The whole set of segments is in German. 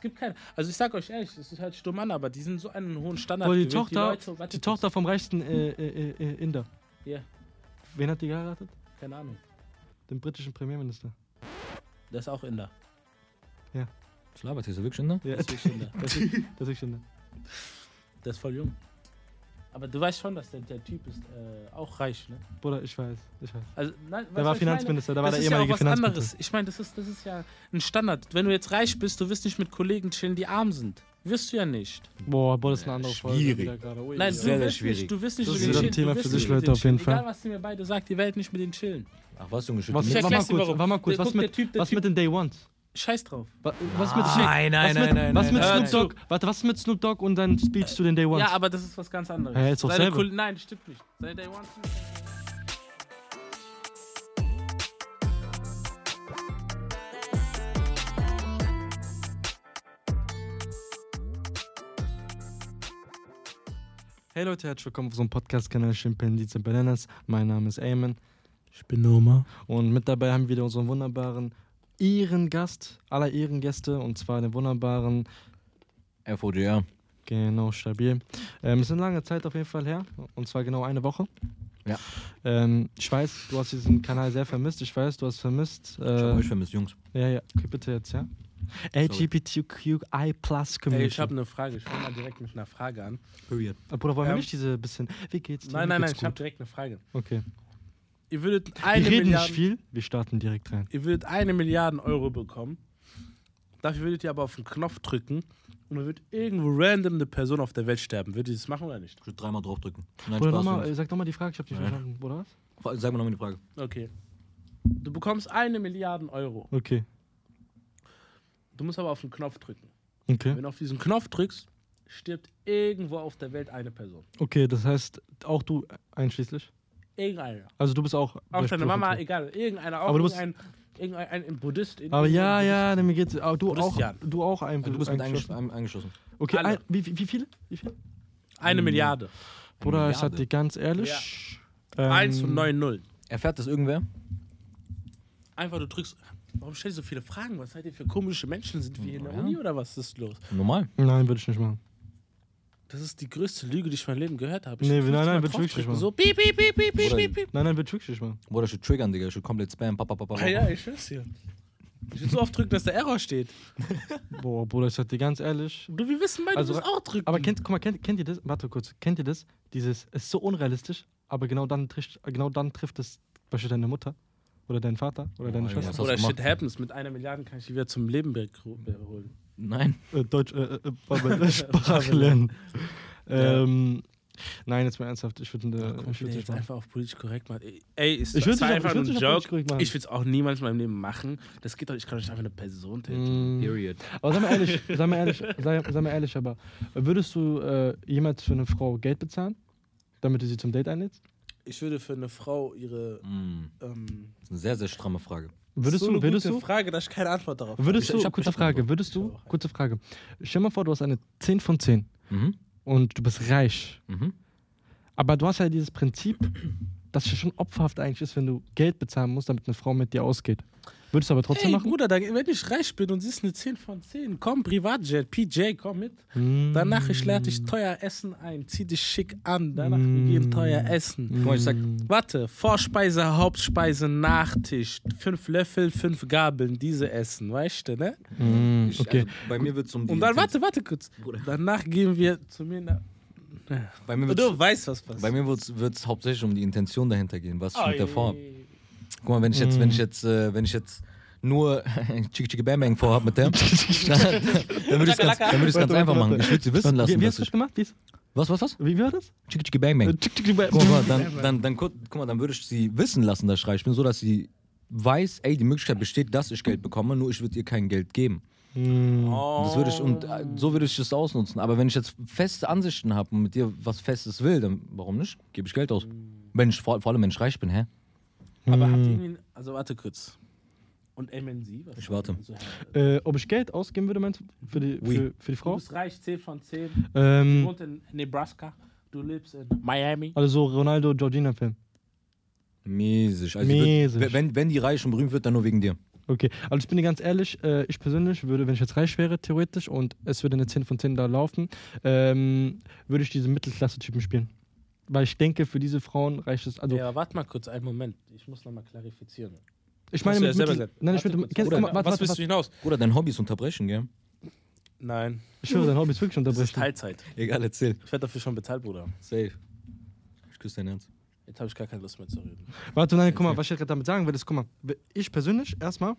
gibt keinen. Also ich sag euch ehrlich, es ist halt Sturm an, aber die sind so einen hohen Standard. Boah, die gewöhnt. Tochter, die, Leute, warte, Tochter vom reichsten äh, äh, äh, Inder. Ja. Wen hat die geheiratet? Keine Ahnung. Den britischen Premierminister. Der ist auch Inder. Was labert hier so wirklich, ne? Ja, Das ist wirklich Inder. das ist, das ist Inder. Der ist voll jung. Aber du weißt schon, dass der, der Typ ist äh, auch reich, ne? Bruder, ich weiß, ich weiß. Also, nein, weißt du, was Der war ich meine? Finanzminister, da war das der ist ja auch ehemalige was anderes. Finanzminister. Ich meine, das ist, das ist ja ein Standard. Wenn du jetzt reich bist, du wirst nicht mit Kollegen chillen, die arm sind. Wirst du ja nicht. Boah, Boah, das ist eine andere Folge. Schwierig. wieder gerade. Ui, Nein, ui, ui. du, sehr wirst schwierig. nicht, du wirst nicht Das mit ist denen wieder chillen, ein Thema du wirst für sich, nicht mit Leute, denen auf jeden chillen. Fall. Egal, was ihr mir beide sagt, ihr werdet nicht mit denen chillen. Ach, was, Junge? Schüttel Was- mich? erklär's warte mal dir, kurz, warum. warte mal kurz. Der- Was guck, der mit, Typ, der was Typ- mit den Day Ones? Scheiß drauf. Wa- Was mit, Nein, nein, was nein, mit, nein, Was nein, mit nein, Snoop Dogg? Warte, was mit Snoop Dogg und dein Speech zu den Day Ones? Ja, aber das ist was ganz anderes. Ja, ist doch Seine selber. Kol- Nein, stimmt nicht. Seine Day One Hey Leute, herzlich willkommen auf unserem Podcast-Kanal Chimpanzees and Bananas. Mein Name ist Eamon Ich bin Noma. und mit dabei haben wir wieder unseren wunderbaren Ehrengast aller Ehrengäste und zwar den wunderbaren, Äh, FODR. genau, stabil. Ähm, es ist eine lange Zeit auf jeden Fall her und zwar genau eine Woche. Ja. Ähm, ich weiß, du hast diesen Kanal sehr vermisst. Ich weiß, du hast vermisst. Ich hab Äh, euch vermisst, Jungs. ja, ja, okay, bitte jetzt, ja? LGBTQI Plus Ey, Community. ich habe eine Frage. Ich fange mal direkt mit einer Frage an. Period. Ah, Bruder, wollen wir Ähm, nicht diese bisschen. Wie geht's dir? Nein, Wie nein, nein, geht's ich habe gut? direkt eine Frage. Okay. Ihr würdet Wir eine reden Milliarde, nicht viel, wir starten direkt rein. ihr würdet eine Milliarde Euro bekommen. Dafür würdet ihr aber auf den Knopf drücken und dann wird irgendwo random eine Person auf der Welt sterben. Würdet ihr das machen oder nicht? Ich würde dreimal draufdrücken. Nein, Bruder, Spaß, nochmal, Jungs. äh, sag nochmal die Frage, ich hab dich Nein. verstanden. Bruder, was? Fra- Sag mal nochmal die Frage. Okay. Du bekommst eine Milliarde Euro. Okay. Du musst aber auf den Knopf drücken. Okay. Wenn du auf diesen Knopf drückst, stirbt irgendwo auf der Welt eine Person. Okay, das heißt, auch du einschließlich? Irgendeiner. Also du bist auch. Auch deine Beispiel- Mama, egal. Irgendeiner. Auch Aber du musst- irgendein, irgendein ein, ein Buddhist. Aber irgendein ja, Buddhist. ja, nee, mir geht's. Aber du Buddhist, auch. ja. Du auch ein. Also, du bist mit eingesch eingeschlossen. ein- eingeschossen. Okay, Alle. ein, wie, wie, wie viele? Wie viele? Eine Ähm, Milliarde. Bruder, ich sag Milliarde. dir ganz ehrlich. Ähm, Eins und neun Nullen. Erfährt das irgendwer? Einfach du drückst. Warum stellst du so viele Fragen? Was seid ihr für komische Menschen? Sind wir in der Ja. Uni oder was ist los? Normal. Nein, würde ich nicht machen. Das ist die größte Lüge, die ich mein Leben gehört habe. Nee, hab nein, nein, fünfmal wird wirklich draufgedrückt mal. und So, piep, piep, piep, piep, piep, Oder- piep, piep. Nein, nein, würde ich wirklich nicht machen. Bruder, ich should triggern, Digga. Ich should komplett spam. Pa, pa, pa, pa, pa. Ah, ja, ich schwör's dir. Ich will so oft drücken, dass der Error steht. Boah, Bruder, ich sag dir ganz ehrlich. Du, wir wissen beide, Also, du musst auch drücken. Aber kennt, guck mal, kennt, kennt ihr das? Warte kurz, kennt ihr das? Dieses, es ist so unrealistisch, aber genau dann, trifft- genau dann trifft es beispielsweise deine Mutter oder deinen Vater oder deine Oh, Alter, Schwester. hast Oder du shit happens. Mit einer Milliarde kann ich die wieder zum Leben beru- beholen. Nein. Äh, Deutsch, äh, äh, äh, Sprache lernen. ähm, nein, jetzt mal ernsthaft, ich würde Ach, äh, komm, wieder ich würde jetzt nicht machen. einfach auf politisch korrekt machen. Ey, Ey, ist Ich ich würd dich auch- einfach ich nur würd ein dich auch politisch Joke. korrekt machen. Ich will es auch niemals in meinem Leben machen. Das geht doch, ich kann doch nicht einfach eine Person töten. Mm, Period. aber sei mal ehrlich, sei mal ehrlich, sei, sei mal ehrlich, aber würdest du äh, jemals für eine Frau Geld bezahlen, damit du sie zum Date einlädst? Ich würde für eine Frau ihre. Mm. Ähm, Das ist eine sehr, sehr stramme Frage. Würdest so du, eine würdest gute du, Frage, da ist keine Antwort darauf. würdest Ich- du, ich hab- kurze ich hab Frage, eine. würdest Ich du, hab auch eine. kurze Frage, stell mal vor, du hast eine 10 von 10 Mhm. und du bist reich, Mhm. Aber du hast ja dieses Prinzip, dass es schon opferhaft eigentlich ist, wenn du Geld bezahlen musst, damit eine Frau mit dir ausgeht. Würdest du aber trotzdem Ey, machen? Bruder, da, wenn ich reich bin und sie ist eine 10 von 10, komm, Privatjet, PJ, komm mit. Mm. Danach, ich lade dich teuer essen ein, zieh dich schick an, danach, wir gehen Mm. teuer essen. Guck mal, ich sag, Warte, Vorspeise, Hauptspeise, Nachtisch, fünf Löffel, fünf Gabeln, diese essen, weißt du, ne? Mm, ich, Okay. also, bei mir wird es um die. Und dann, Intensi- warte, warte kurz. Bruder. Danach gehen wir zu mir nach. Bei mir wird's, Du weißt, was passiert. bei mir wird's, wird's hauptsächlich um die Intention dahinter gehen, was ich mit der Frau hab. Ei. Guck mal, wenn ich jetzt, wenn Mhm. ich jetzt, äh, wenn ich jetzt nur Chicka Chicka Bam Bang vorhab mit der, dann, dann würde ich es ganz, dann würd ich's ganz Warte, einfach warte, machen. warte. Ich würde sie wissen Wie, lassen, wie hast dass du das ich. Hm. gemacht? Wie, ist- Was, was, was? wie war das? Chicka Chicka Bang Bang. Äh, tschick, tschick, tschick, Guck mal, bam. dann, dann, dann, kurz- guck mal, dann würde ich sie wissen lassen, dass ich reich bin, so dass sie weiß, ey, die Möglichkeit besteht, dass ich Geld bekomme, nur ich würde ihr kein Geld geben. Mm. Und das würde ich und äh, so würde ich das ausnutzen. Aber wenn ich jetzt feste Ansichten habe und mit dir was Festes will, dann warum nicht? Gebe ich Geld aus. Wenn ich vor, vor allem wenn ich reich bin, hä? Aber habt ihr Hm. irgendwie. Also, warte kurz. Und MNC? Was Ich warte. So, Äh, ob ich Geld ausgeben würde, meinst du, für die, Oui. für, für du die Frau? bist reich, 10 von 10. Du Ähm, wohnst in Nebraska. Du lebst in Miami. also so Ronaldo-Georgina-Film. Mäßig. Also die Mäßig. Wird, wenn, wenn die reich und berühmt wird, dann nur wegen dir. Okay, also ich bin dir ganz ehrlich, äh, ich persönlich würde, wenn ich jetzt reich wäre, theoretisch, und es würde eine 10 von 10 da laufen, ähm, würde ich diese Mittelklasse-Typen spielen. Weil ich denke, für diese Frauen reicht es. Also, ja, aber warte mal kurz, einen Moment. Ich muss nochmal klarifizieren. ich meine, Hast du ja mit selber Mittel, gesagt. nein, ich Warte würde, kurz, kennst, Bruder, guck mal, warte, was warte, willst du warte, hinaus? Bruder, dein Hobby ist unterbrechen, gell? Nein, ich schwöre, dein Hobby ist wirklich das ist unterbrechen. Teilzeit. Egal, erzähl. Ich werde dafür schon bezahlt, Bruder. Safe. Ich küsse dein Herz. Jetzt habe ich gar keine Lust mehr zu reden. Warte, nein, guck mal, was ich gerade damit sagen will, ist, guck mal, ich persönlich erstmal,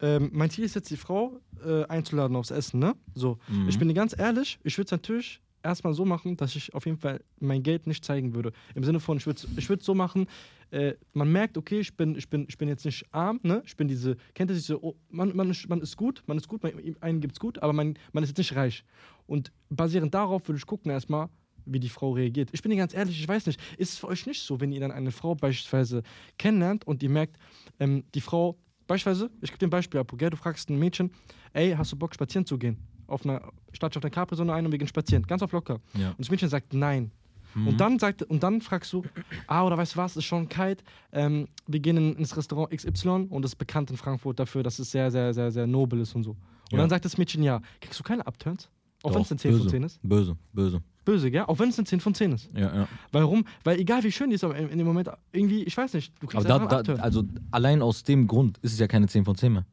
ähm, mein Ziel ist jetzt, die Frau äh, einzuladen aufs Essen, ne? So, Mhm. ich bin dir ganz ehrlich, ich würde es natürlich erstmal so machen, dass ich auf jeden Fall mein Geld nicht zeigen würde. Im Sinne von, ich würde es ich würd's so machen, äh, man merkt, okay, ich bin, ich, bin, ich bin jetzt nicht arm, ne? Ich bin diese, kennt ihr diese, oh, man, man, ist, man ist gut, man ist gut, man, einen gibt's gut, aber man, man ist jetzt nicht reich. Und basierend darauf würde ich gucken erstmal, wie die Frau reagiert. Ich bin dir ganz ehrlich, ich weiß nicht, ist es für euch nicht so, wenn ihr dann eine Frau beispielsweise kennenlernt und ihr merkt, ähm, die Frau, beispielsweise, ich gebe dir ein Beispiel, Apo, gell? du fragst ein Mädchen, ey, hast du Bock spazieren zu gehen? Auf einer, statt auf einer Capri-Sonne ein und wir gehen spazieren, ganz auf locker. Ja. Und das Mädchen sagt nein. Mhm. Und dann sagt, und dann fragst du, ah, oder weißt du was, ist schon kalt, ähm, wir gehen in, ins Restaurant XY und ist bekannt in Frankfurt dafür, dass es sehr, sehr, sehr, sehr nobel ist und so. Und Ja. dann sagt das Mädchen ja. Kriegst du keine Upturns? Auch Doch, wenn es eine 10 böse, von 10 ist? Böse, böse. Böse, gell? Auch wenn es eine 10 von 10 ist. Ja, ja. Warum? Weil egal wie schön die ist, aber in, in dem Moment irgendwie, ich weiß nicht, du Aber kriegst einfach da, einen da, Upturn. also allein aus dem Grund ist es ja keine 10 von 10 mehr.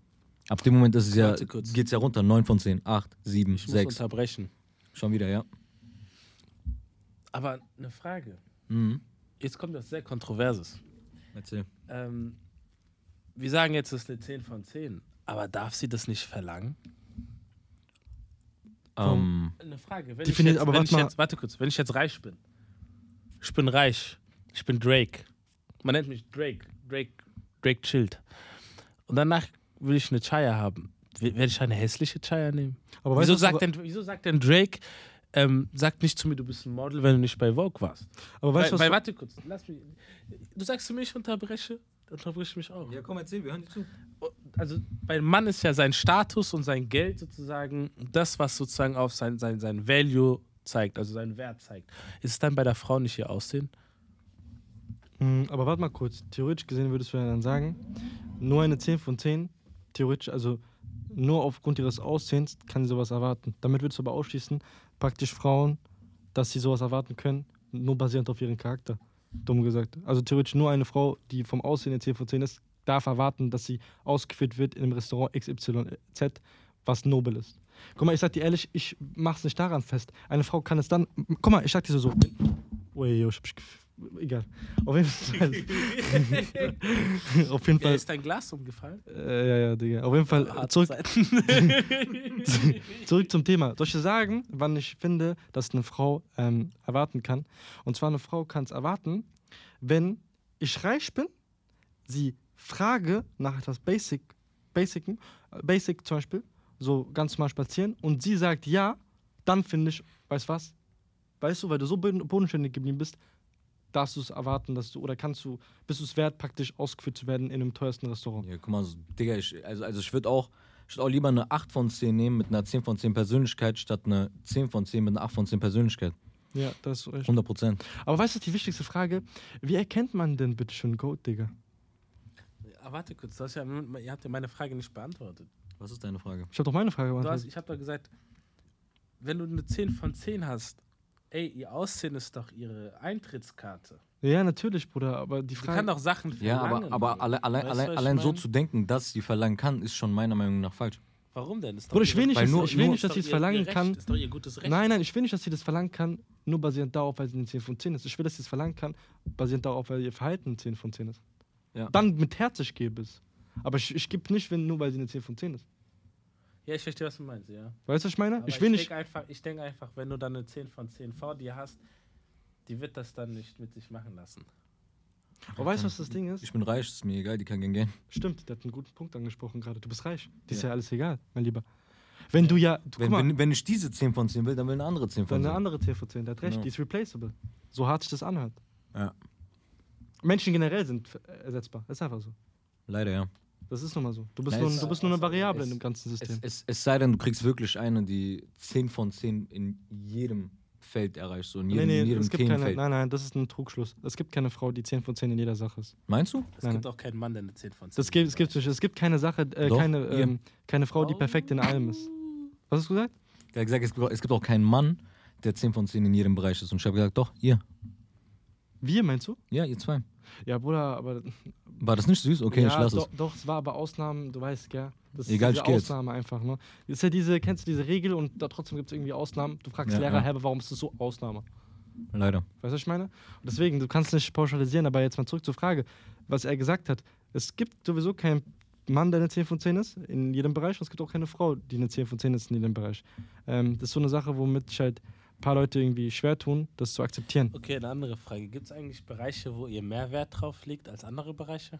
Ab dem Moment ist es ja, Warte kurz. geht's ja runter. 9 von 10, 8, 7, Ich 6. muss unterbrechen. Schon wieder, ja. Aber eine Frage. Mhm. Jetzt kommt was sehr Kontroverses. Erzähl. Ähm, wir sagen jetzt, es ist eine 10 von 10. Aber darf sie das nicht verlangen? Ähm, Eine Frage. Wenn Definiert, ich jetzt, aber wenn warte ich mal. jetzt, warte kurz, wenn ich jetzt reich bin. Ich bin reich. Ich bin Drake. Man nennt mich Drake. Drake, Drake chillt. Und danach will ich eine Chaya haben. W- Werde ich eine hässliche Chaya nehmen? aber weißt Wieso du, sagt, aber, denn, wieso sagt denn Drake, ähm, sagt nicht zu mir, du bist ein Model, wenn du nicht bei Vogue warst? aber Weil, weißt du, weil, was, warte kurz, lass mich. Du sagst zu mir, ich unterbreche, dann unterbreche ich mich auch. komm, erzähl, wir hören dir zu. Also beim Mann ist ja sein Status und sein Geld sozusagen das, was sozusagen auf sein, sein, sein Value zeigt, also seinen Wert zeigt. Ist es dann bei der Frau nicht ihr Aussehen? Hm, aber warte mal kurz, theoretisch gesehen würdest du ja dann sagen, nur eine 10 von 10, theoretisch, also nur aufgrund ihres Aussehens kann sie sowas erwarten. Damit würdest du aber ausschließen, praktisch Frauen, dass sie sowas erwarten können, nur basierend auf ihren Charakter. Dumm gesagt. Also theoretisch nur eine Frau, die vom Aussehen eine 10 von 10 ist, darf erwarten, dass sie ausgeführt wird in einem Restaurant XYZ, was nobel ist. Guck mal, ich sag dir ehrlich, ich mach's nicht daran fest. Eine Frau kann es dann. Guck mal, ich sag dir so. so Ui, ich hab mich gef- Egal. Auf jeden Fall. auf jeden Ja, Fall. ist dein Glas umgefallen? Äh, ja, ja, Digga. Auf jeden Fall. Harte Zurück, Zeiten. Zurück zum Thema. Soll ich dir sagen, wann ich finde, dass eine Frau ähm, erwarten kann? Und zwar eine Frau kann es erwarten, wenn ich reich bin, sie frage nach etwas Basic, Basicen, äh, Basic zum Beispiel, so ganz normal spazieren und sie sagt ja, dann finde ich, weißt du was? Weißt du, weil du so boden- bodenständig geblieben bist, darfst du es erwarten, dass du oder kannst du, bist du es wert, praktisch ausgeführt zu werden in einem teuersten Restaurant. Ja, guck mal, so, Digga, ich, also, also ich würde auch, ich würd auch lieber eine 8 von 10 nehmen mit einer 10 von 10 Persönlichkeit statt eine 10 von 10 mit einer 8 von 10 Persönlichkeit. Ja, das ist 100 Prozent. Aber weißt du, die wichtigste Frage, wie erkennt man denn bitte schon Goat, Digga? Aber Ah, warte kurz, du hast ja, ihr habt ja meine Frage nicht beantwortet. Was ist deine Frage? Ich habe doch meine Frage Du hast, beantwortet. ich habe doch gesagt, wenn du eine 10 von 10 hast, ey, ihr Aussehen ist doch ihre Eintrittskarte. Ja, natürlich, Bruder, aber die Sie Frage. kann doch Sachen verlangen. Ja, aber, aber alle, alle, Weißt du, was allein, ich allein so mein? zu denken, dass sie verlangen kann, ist schon meiner Meinung nach falsch. Warum denn? Ist doch Bruder, ich ihre- will nicht, Weil dass, nur- ich will nur- nicht, dass sie ist es doch ihr- verlangen ihr Recht, kann. Ist doch ihr gutes Recht. Nein, nein, ich will nicht, dass sie das verlangen kann, nur basierend darauf, weil sie eine 10 von 10 ist. Ich will, dass sie es verlangen kann, basierend darauf, weil ihr Verhalten eine 10 von 10 ist. Ja. Dann mit Herz ich gebe es. Aber ich, ich gebe nicht, wenn, nur weil sie eine 10 von 10 ist. Ja, ich verstehe, was du meinst, ja. Weißt du, was ich meine? Aber ich will nicht. Denk einfach, ich denke einfach, wenn du dann eine 10 von 10 vor dir hast, die wird das dann nicht mit sich machen lassen. Aber weißt du, was das Ding ist? Ich bin reich, ist mir egal, die kann gern gehen. Stimmt, der hat einen guten Punkt angesprochen gerade. Du bist reich. Dir ist Ja. ja alles egal, mein Lieber. Wenn du ja. Du, Wenn, guck mal, wenn, wenn ich diese 10 von 10 will, dann will eine andere 10 von Dann eine 10. andere TV10, der hat recht, Also- Genau. die ist replaceable. So hart sich das anhört. Ja. Menschen generell sind äh, ersetzbar. Ist einfach so. Leider, ja. Das ist nun mal so. Du bist, Nein, nur, es- du bist nur eine es- Variable es- in dem ganzen Es, System. es, es sei denn, du kriegst wirklich eine, die 10 von 10 in jedem Feld erreichst, so in Nee, jedem, nee, in jedem es gibt keine, Themenfeld. nein, nein, das ist ein Trugschluss. Es gibt keine Frau, die 10 von 10 in jeder Sache ist. Meinst du? Es Nein. gibt auch keinen Mann, der eine 10 von 10 Das gibt, es, gibt, es gibt keine Sache, äh, Doch, keine, ihr. Oh. ähm, keine Frau, die perfekt in allem ist. Was hast du gesagt? Der hat gesagt, es gibt, auch- es gibt auch keinen Mann, der 10 von 10 in jedem Bereich ist. Und ich habe gesagt, doch, ihr. Wir, meinst du? Ja, ihr zwei. Ja, Bruder, aber. War das nicht süß? Okay, ja, ich lasse doch, es. doch, es war aber Ausnahmen, du weißt, gell? Das ist Egal, diese ich geh jetzt. Ausnahme einfach, ne? Ist ja diese, kennst du diese Regel und da trotzdem gibt es irgendwie Ausnahmen. Du fragst Ja, Lehrer, ja. Herr, warum ist das so Ausnahme? Leider. Weißt du, was ich meine? Und deswegen, du kannst nicht pauschalisieren, aber jetzt mal zurück zur Frage, was er gesagt hat. Es gibt sowieso keinen Mann, der eine 10 von 10 ist, in jedem Bereich, und es gibt auch keine Frau, die eine 10 von 10 ist in jedem Bereich. Ähm, das ist so eine Sache, womit sich halt ein paar Leute irgendwie schwer tun, das zu akzeptieren. Okay, eine andere Frage. Gibt es eigentlich Bereiche, wo ihr mehr Wert drauf legt als andere Bereiche?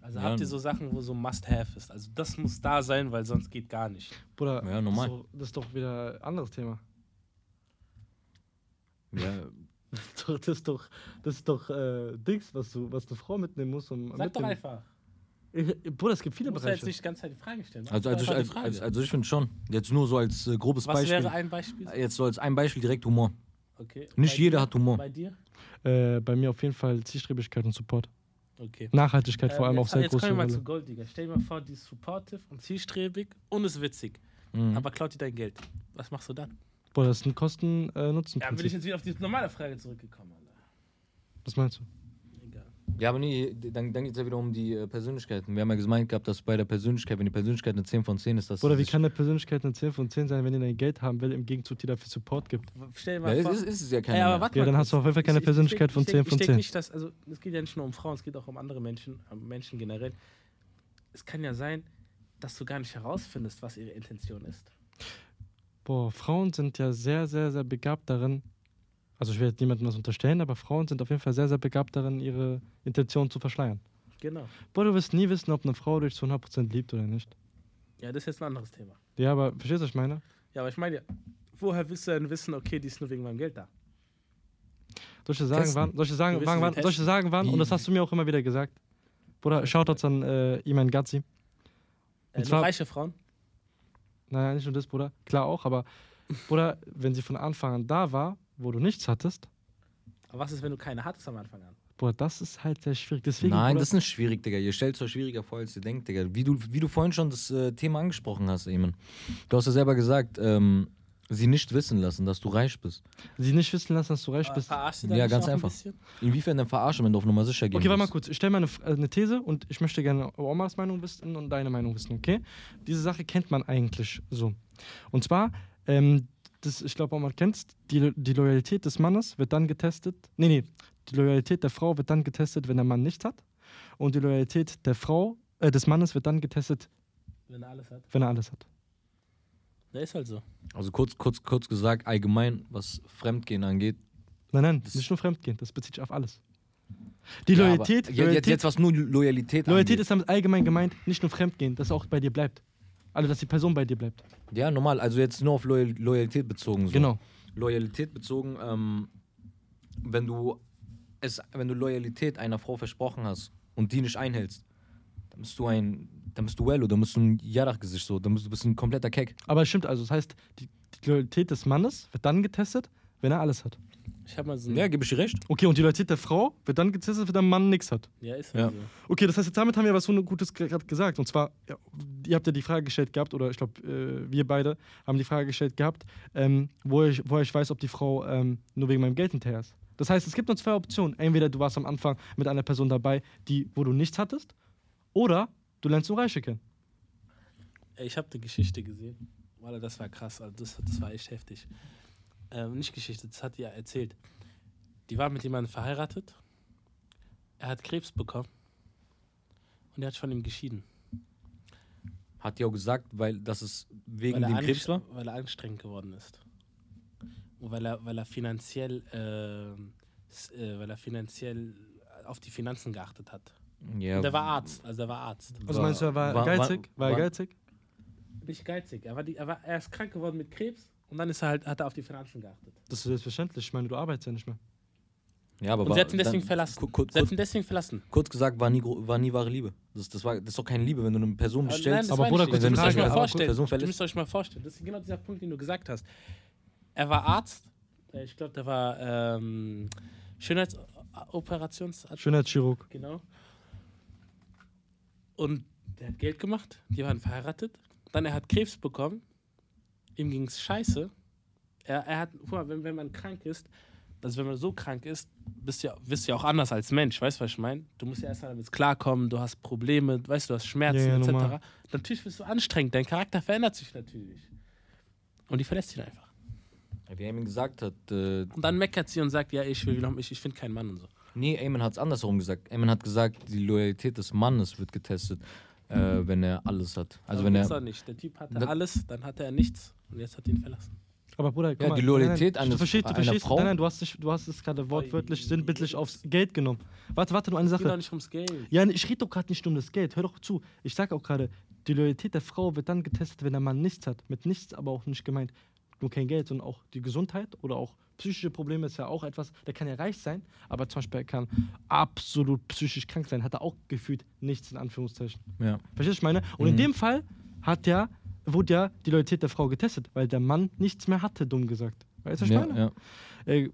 Also Ja. habt ihr so Sachen, wo so Must-Have ist? Also das muss da sein, weil sonst geht gar nicht. Bruder, Ja, normal. So, das ist doch wieder ein anderes Thema. Ja, Das ist doch, das ist doch äh, Dings, was du, was eine Frau mitnehmen musst. Um, Sag doch einfach. Äh, Bruder, es gibt viele Du musst ja jetzt Bereiche. nicht die ganze Zeit die Frage stellen. Sag also, doch also, einfach ich, die also, Frage. also, also ich finde schon. Jetzt nur so als äh, grobes Was Beispiel. wäre ein Beispiel? Jetzt so als ein Beispiel direkt Humor. Okay. Nicht Bei jeder dir? hat Humor. Bei dir? Äh, bei mir auf jeden Fall Zielstrebigkeit und Support. Okay. Nachhaltigkeit vor Ähm, allem jetzt, auch sehr jetzt große kommen wir mal Rolle. zu Gold, Digga. Stell dir mal vor, die ist supportive und zielstrebig und ist witzig. Mhm. Aber klaut dir dein Geld. Was machst du dann? Bruder, das ist ein äh, Kosten-Nutzen. Ja, bin ich jetzt wieder auf die normale Frage zurückgekommen, Alter. Was meinst du? Egal. Ja, aber nee, dann, dann geht es ja wieder um die äh, Persönlichkeiten. Wir haben ja gemeint gehabt, dass bei der Persönlichkeit, wenn die Persönlichkeit eine 10 von 10 ist, dass Oder wie sich- kann eine Persönlichkeit eine 10 von 10 sein, wenn die dein Geld haben will, im Gegenzug dir dafür Support gibt? Stell dir ja, mal ist, vor. ist, ist es ja keine. Ey, aber mehr. warte Ja, mal dann hast du kurz. auf jeden Fall Ich- keine ich- ich Persönlichkeit denk- von ich 10 denk- von Ich denke 10. nicht, dass, also es geht ja nicht nur um Frauen, es geht auch um andere Menschen, äh, Menschen generell. Es kann ja sein, dass du gar nicht herausfindest, was ihre Intention ist. Boah, Frauen sind ja sehr, sehr, sehr begabt darin. Also ich will jetzt niemandem was unterstellen, aber Frauen sind auf jeden Fall sehr, sehr begabt darin, ihre Intention zu verschleiern. Genau. Boah, du wirst nie wissen, ob eine Frau dich zu 100% liebt oder nicht. Ja, das ist jetzt ein anderes Thema. Ja, aber verstehst du, was ich meine? Ja, aber ich meine, ja, woher willst du denn wissen, okay, die ist nur wegen meinem Geld da? Solche Sagen Testen. waren, solche Sagen Wir waren, wissen, waren, wir solche Sagen waren, und das hast du mir auch immer wieder gesagt. Bruder, Shoutouts an äh, Iman Gazi. Äh, zwar- nur reiche Frauen? Naja, nicht nur das, Bruder. Klar auch, aber Bruder, wenn sie von Anfang an da war, wo du nichts hattest, Aber was ist, wenn du keine hattest am Anfang an? Bruder, das ist halt sehr schwierig. Deswegen, Nein, Bruder, das ist nicht schwierig, Digga. Ihr stellt es euch schwieriger vor, als ihr denkt, Digga. Wie du, wie du vorhin schon das äh, Thema angesprochen hast, Eamon. Du hast ja selber gesagt, ähm, sie nicht wissen lassen, dass du reich bist. sie nicht wissen lassen, dass du reich Aber bist. Verarschst du da Ja, nicht ganz auch ein einfach. bisschen? Inwiefern denn verarschen, wenn du auf Nummer sicher gehen Okay, warte mal willst? kurz. Ich stelle mal eine, F- äh, eine These und ich möchte gerne Omas Meinung wissen und deine Meinung wissen, okay? Diese Sache kennt man eigentlich so. Und zwar, ähm, das, ich glaube, Omar kennt die, Lo- die Loyalität des Mannes wird dann getestet. Nee, nee, die Loyalität der Frau wird dann getestet, wenn der Mann nichts hat. Und die Loyalität der Frau, äh, des Mannes wird dann getestet, Wenn er alles hat. wenn er alles hat. Ja, ist halt so. Also kurz, kurz, kurz gesagt, allgemein, was Fremdgehen angeht. Nein, nein, Das- nicht nur fremdgehen, das bezieht sich auf alles. Die Ja, aber Loyalität, jetzt- Jetzt, Loyalität, jetzt was nur Loyalität Loyalität angeht. ist damit allgemein gemeint, nicht nur fremdgehen, dass er auch bei dir bleibt. Also, dass die Person bei dir bleibt. Ja, normal. Also jetzt nur auf Loyal Loyalität bezogen. So. Genau. Loyalität bezogen, ähm, wenn du es, wenn du Loyalität einer Frau versprochen hast und die nicht einhältst, dann bist du ein, dann bist du Wello, dann bist du ein Jadach-Gesicht so, dann bist du bist ein kompletter Keck. Aber es stimmt also, das heißt, die, die Loyalität des Mannes wird dann getestet, wenn er alles hat. Mhm. Ich habe mal so. Ja, gebe ich dir recht. Okay, und die Loyalität der Frau wird dann getestet, wenn der Mann nichts hat. ja, ist halt Ja. so. Okay, das heißt, jetzt damit haben wir was so ne Gutes gerade gesagt. Und zwar, ja, ihr habt ja die Frage gestellt gehabt, oder ich glaube, äh, wir beide haben die Frage gestellt gehabt, ähm, wo, ich, wo ich weiß, ob die Frau ähm, nur wegen meinem Geld hinterher ist. Das heißt, es gibt nur zwei Optionen. Entweder du warst am Anfang mit einer Person dabei, die, wo du nichts hattest, oder du lernst nur Reiche kennen. Ey, Ich habe eine Geschichte gesehen. Walla, das war krass. Also das, das war echt heftig. Ähm, nicht Geschichte, das hat die ja erzählt. Die war mit jemandem verheiratet. Er hat Krebs bekommen. Und er hat von ihm geschieden. Hat die auch gesagt, weil dass es wegen weil dem er Krebs angest- war. Weil er anstrengend geworden ist. Und weil er, weil er finanziell, ähm, s- äh, weil er finanziell auf die Finanzen geachtet hat. Ja. Und er war Arzt, also er war Arzt. Also meinst du, er war, geizig? War, er geizig? Nicht geizig. Er, war die, er, war, er ist krank geworden mit Krebs und dann ist er halt, hat er auf die Finanzen geachtet. Das ist selbstverständlich. Ich meine, du arbeitest ja nicht mehr. Ja, aber Und war, sie hat ihn deswegen dann- verlassen. Kur, kur, Sie hat kurz, ihn deswegen verlassen. kurz gesagt, war nie, gro- war nie wahre Liebe. Das, das, war, das ist doch keine Liebe, wenn du eine Äh, Person Also bestellst. aber Bruder, Bruder, kurze ihr müsst euch Frage, mal aber vorstellen. Person Ihr verlässt- müsst euch mal vorstellen. Das ist genau dieser Punkt, den du gesagt hast. Er war Arzt. Äh, Ich glaube, der war ähm, Schönheitsoperationsarzt. Schönheitschirurg. Genau. Und der hat Geld gemacht, die waren verheiratet. Dann er hat Krebs bekommen, ihm ging es scheiße. Er, er hat, guck mal, wenn, wenn man krank ist, also wenn man so krank ist, bist du ja, bist du ja auch anders als Mensch, weißt du, was ich meine? Du musst ja erstmal damit klarkommen, du hast Probleme, weißt du, du hast Schmerzen Ja, ja, normal. etc. Natürlich bist du anstrengend, dein Charakter verändert sich natürlich. Und die verlässt ihn einfach. Wie Eamon gesagt hat, äh, Und dann meckert sie und sagt, ja, ich will noch, ich, ich finde keinen Mann und so. nee, Eamon hat es andersrum gesagt. Eamon hat gesagt, die Loyalität des Mannes wird getestet, Mhm. äh, wenn er alles hat. Also Aber wenn gibt's er halt doch nicht. Der Typ hatte Da- alles, dann hatte er nichts und jetzt hat ihn verlassen. Aber Bruder, guck Ja, mal, die nein, Loyalität nein, eines- du verstehst, du einer verstehst, Frau. Nein, nein, du hast, dich, du hast es gerade wortwörtlich, sinnbildlich aufs Geld genommen. Warte, warte, nur eine Es geht doch Sache. nicht ums Geld. Ja, ich rede doch gerade nicht um das Geld. Hör doch zu. Ich sage auch gerade, die Loyalität der Frau wird dann getestet, wenn der Mann nichts hat. Mit nichts aber auch nicht gemeint. Nur kein Geld, sondern auch die Gesundheit oder auch psychische Probleme ist ja auch etwas. Der kann ja reich sein, aber zum Beispiel er kann absolut psychisch krank sein. Hat er auch gefühlt nichts in Anführungszeichen. ja. Verstehst du, was ich meine? Und in Mhm. dem Fall hat ja, wurde ja die Loyalität der Frau getestet, weil der Mann nichts mehr hatte, dumm gesagt. Weißt du, was ich ja, meine? ja. Äh,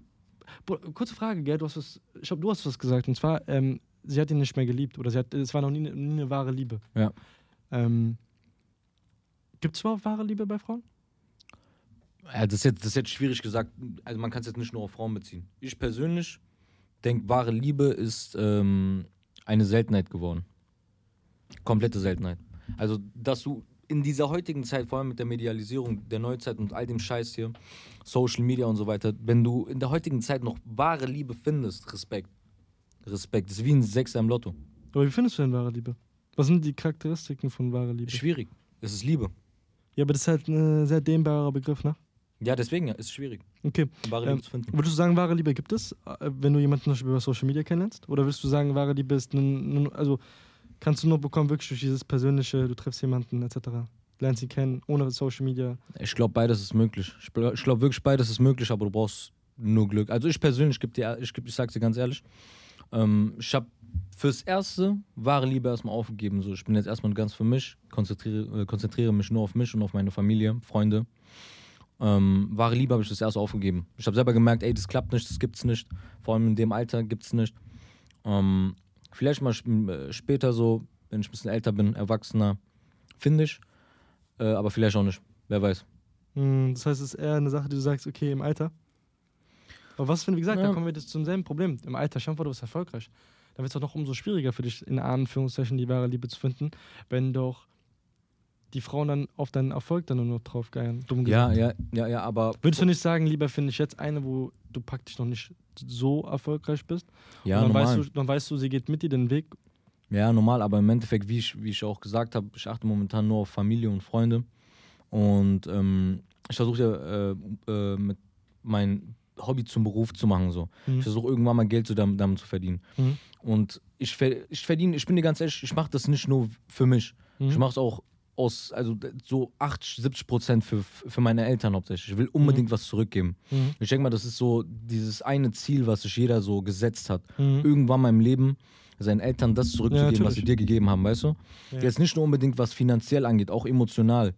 Bro, kurze Frage, gell? Du hast was, ich glaube, du hast was gesagt. Und zwar, ähm, sie hat ihn nicht mehr geliebt. Oder sie hat, es war noch nie, ne- nie eine wahre Liebe. Ja. Ähm, Gibt es überhaupt wahre Liebe bei Frauen? Ja, das, ist jetzt, das ist jetzt schwierig gesagt. Also man kann es jetzt nicht nur auf Frauen beziehen. Ich persönlich denke, wahre Liebe ist ähm, eine Seltenheit geworden. Komplette Seltenheit. Also, dass du in dieser heutigen Zeit, vor allem mit der Medialisierung der Neuzeit und all dem Scheiß hier, Social Media und so weiter, wenn du in der heutigen Zeit noch wahre Liebe findest, Respekt. Respekt. Das ist wie ein Sechser im Lotto. Aber wie findest du denn wahre Liebe? Was sind die Charakteristiken von wahrer Liebe? Schwierig. Es ist Liebe. Ja, aber das ist halt ein sehr dehnbarer Begriff, ne? Ja, deswegen ja, ist es schwierig, Okay. wahre Ähm, Liebe zu finden. Würdest du sagen, wahre Liebe gibt es, äh, wenn du jemanden zum Beispiel über Social Media kennenlernst? Oder würdest du sagen, wahre Liebe ist, nun- nun- also kannst du nur bekommen wirklich durch dieses persönliche, du triffst jemanden etc. Lernst ihn kennen, ohne Social Media. Ich glaube, beides ist möglich. Ich glaube wirklich, beides ist möglich, aber du brauchst nur Glück. Also ich persönlich, geb dir, ich, geb, ich sag's dir ganz ehrlich, ähm, ich habe fürs Erste wahre Liebe erstmal aufgegeben. So. Ich bin jetzt erstmal ganz für mich, konzentriere, äh, konzentriere mich nur auf mich und auf meine Familie, Freunde. Ähm, wahre Liebe habe ich das erste aufgegeben. Ich habe selber gemerkt, ey, das klappt nicht, das gibt's nicht. Vor allem in dem Alter gibt's nicht. Ähm, vielleicht mal sch- äh, später so, wenn ich ein bisschen älter bin, erwachsener, finde ich. Äh, aber vielleicht auch nicht. Wer weiß. Hm, Das heißt, es ist eher eine Sache, die du sagst, okay, im Alter. Aber was, wenn, wie gesagt, Ja. da kommen wir jetzt zum selben Problem. Im Alter, schau mal, vor, du bist erfolgreich. Dann wird es doch noch umso schwieriger für dich, in Anführungszeichen die wahre Liebe zu finden, wenn doch die Frauen dann auf deinen Erfolg dann nur noch drauf geiern. Dumm gesagt. Ja, ja, ja, ja, aber Würdest du nicht sagen, lieber finde ich jetzt eine, wo du praktisch noch nicht so erfolgreich bist? ja, und dann, normal. weißt du, dann weißt du, sie geht mit dir den Weg. ja, normal, aber im Endeffekt, wie ich, wie ich auch gesagt habe, ich achte momentan nur auf Familie und Freunde. Und ähm, ich versuche ja äh, äh, mit mein Hobby zum Beruf zu machen. So. Mhm. Ich versuche irgendwann mal Geld so damit, damit zu verdienen. Mhm. Und ich, ver ich verdiene, ich bin dir ganz ehrlich, ich mache das nicht nur für mich. Mhm. Ich mache es auch aus, also so 80, 70 Prozent für, für meine Eltern hauptsächlich. Ich will unbedingt was zurückgeben. Mhm. Ich denke mal, das ist so dieses eine Ziel, was sich jeder so gesetzt hat. Mhm. irgendwann mal im Leben seinen Eltern das zurückzugeben, Ja, was natürlich. sie dir gegeben haben, weißt du? Ja. Jetzt nicht nur unbedingt, was finanziell angeht, auch emotional.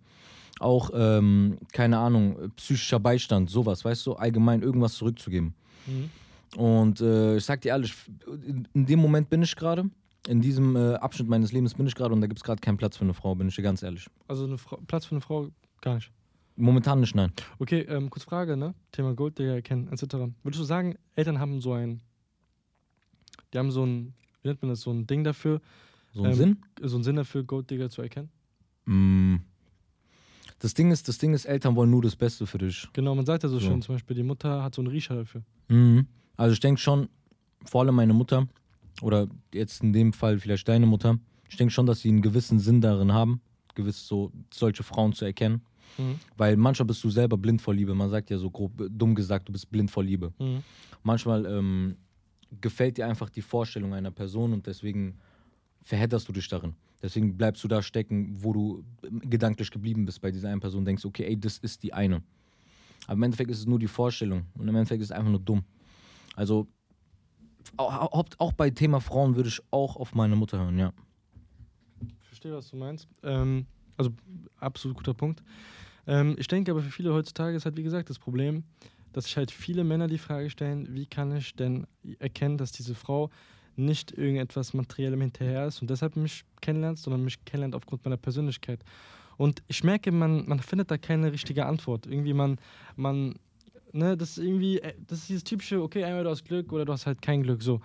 Auch, ähm, keine Ahnung, psychischer Beistand, sowas, weißt du? Allgemein irgendwas zurückzugeben. Mhm. Und äh, ich sag dir ehrlich, in, in dem Moment bin ich gerade, in diesem äh, Abschnitt meines Lebens bin ich gerade und da gibt es gerade keinen Platz für eine Frau, bin ich dir ganz ehrlich. Also eine Frau, Platz für eine Frau gar nicht. Momentan nicht, nein. Okay, ähm, kurz Frage, ne? Thema Gold, der erkennen, etc. Würdest du sagen, Eltern haben so ein, die haben so ein, wie nennt man das, so ein Ding dafür, So ein Ähm, Sinn? so einen Sinn dafür, Golddigger zu erkennen? Mm. Das Ding ist, das Ding ist, Eltern wollen nur das Beste für dich. Genau, man sagt ja so So. schön, zum Beispiel, die Mutter hat so einen Riecher dafür. Mhm. Also ich denke schon, vor allem meine Mutter oder jetzt in dem Fall vielleicht deine Mutter, ich denke schon, dass sie einen gewissen Sinn darin haben, gewiss so solche Frauen zu erkennen. Mhm. Weil manchmal bist du selber blind vor Liebe. Man sagt ja so grob, äh, dumm gesagt, du bist blind vor Liebe. Mhm. Manchmal ähm, gefällt dir einfach die Vorstellung einer Person und deswegen verhedderst du dich darin. Deswegen bleibst du da stecken, wo du ähm, gedanklich geblieben bist bei dieser einen Person, denkst, okay, ey, das ist die eine. Aber im Endeffekt ist es nur die Vorstellung und im Endeffekt ist es einfach nur dumm. Also auch, auch- auch bei Thema Frauen würde ich auch auf meine Mutter hören, ja. Ich verstehe, was du meinst. Ähm, also absolut guter Punkt. Ähm, ich denke aber für viele heutzutage ist halt, wie gesagt, das Problem, dass sich halt viele Männer die Frage stellen, wie kann ich denn erkennen, dass diese Frau nicht irgendetwas Materiellem hinterher ist und deshalb mich kennenlernt, sondern mich kennenlernt aufgrund meiner Persönlichkeit. Und ich merke, man, man findet da keine richtige Antwort. Irgendwie man, man, ne, das ist irgendwie, äh, das ist dieses typische, okay, einmal du hast Glück oder du hast halt kein Glück, so.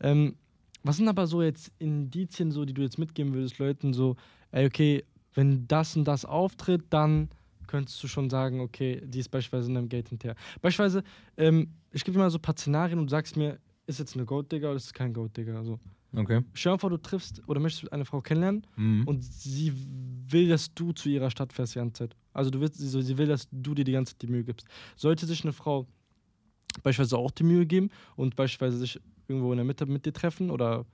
Ähm, was sind aber so jetzt Indizien, so, die du jetzt mitgeben würdest, Leuten, so, ey, okay, wenn das und das auftritt, dann könntest du schon sagen, okay, die ist beispielsweise in einem Gate hinterher. Beispielsweise, ähm, ich gebe dir mal so ein paar Szenarien und du sagst mir, ist jetzt eine Golddigger oder ist es kein Golddigger? So. Okay. Stell dir vor, du triffst oder möchtest eine Frau kennenlernen Mhm. und sie will, dass du zu ihrer Stadt fährst die ganze Zeit. Also du willst, so, sie will, dass du dir die ganze Zeit die Mühe gibst. Sollte sich eine Frau beispielsweise auch die Mühe geben und beispielsweise sich irgendwo in der Mitte mit dir treffen oder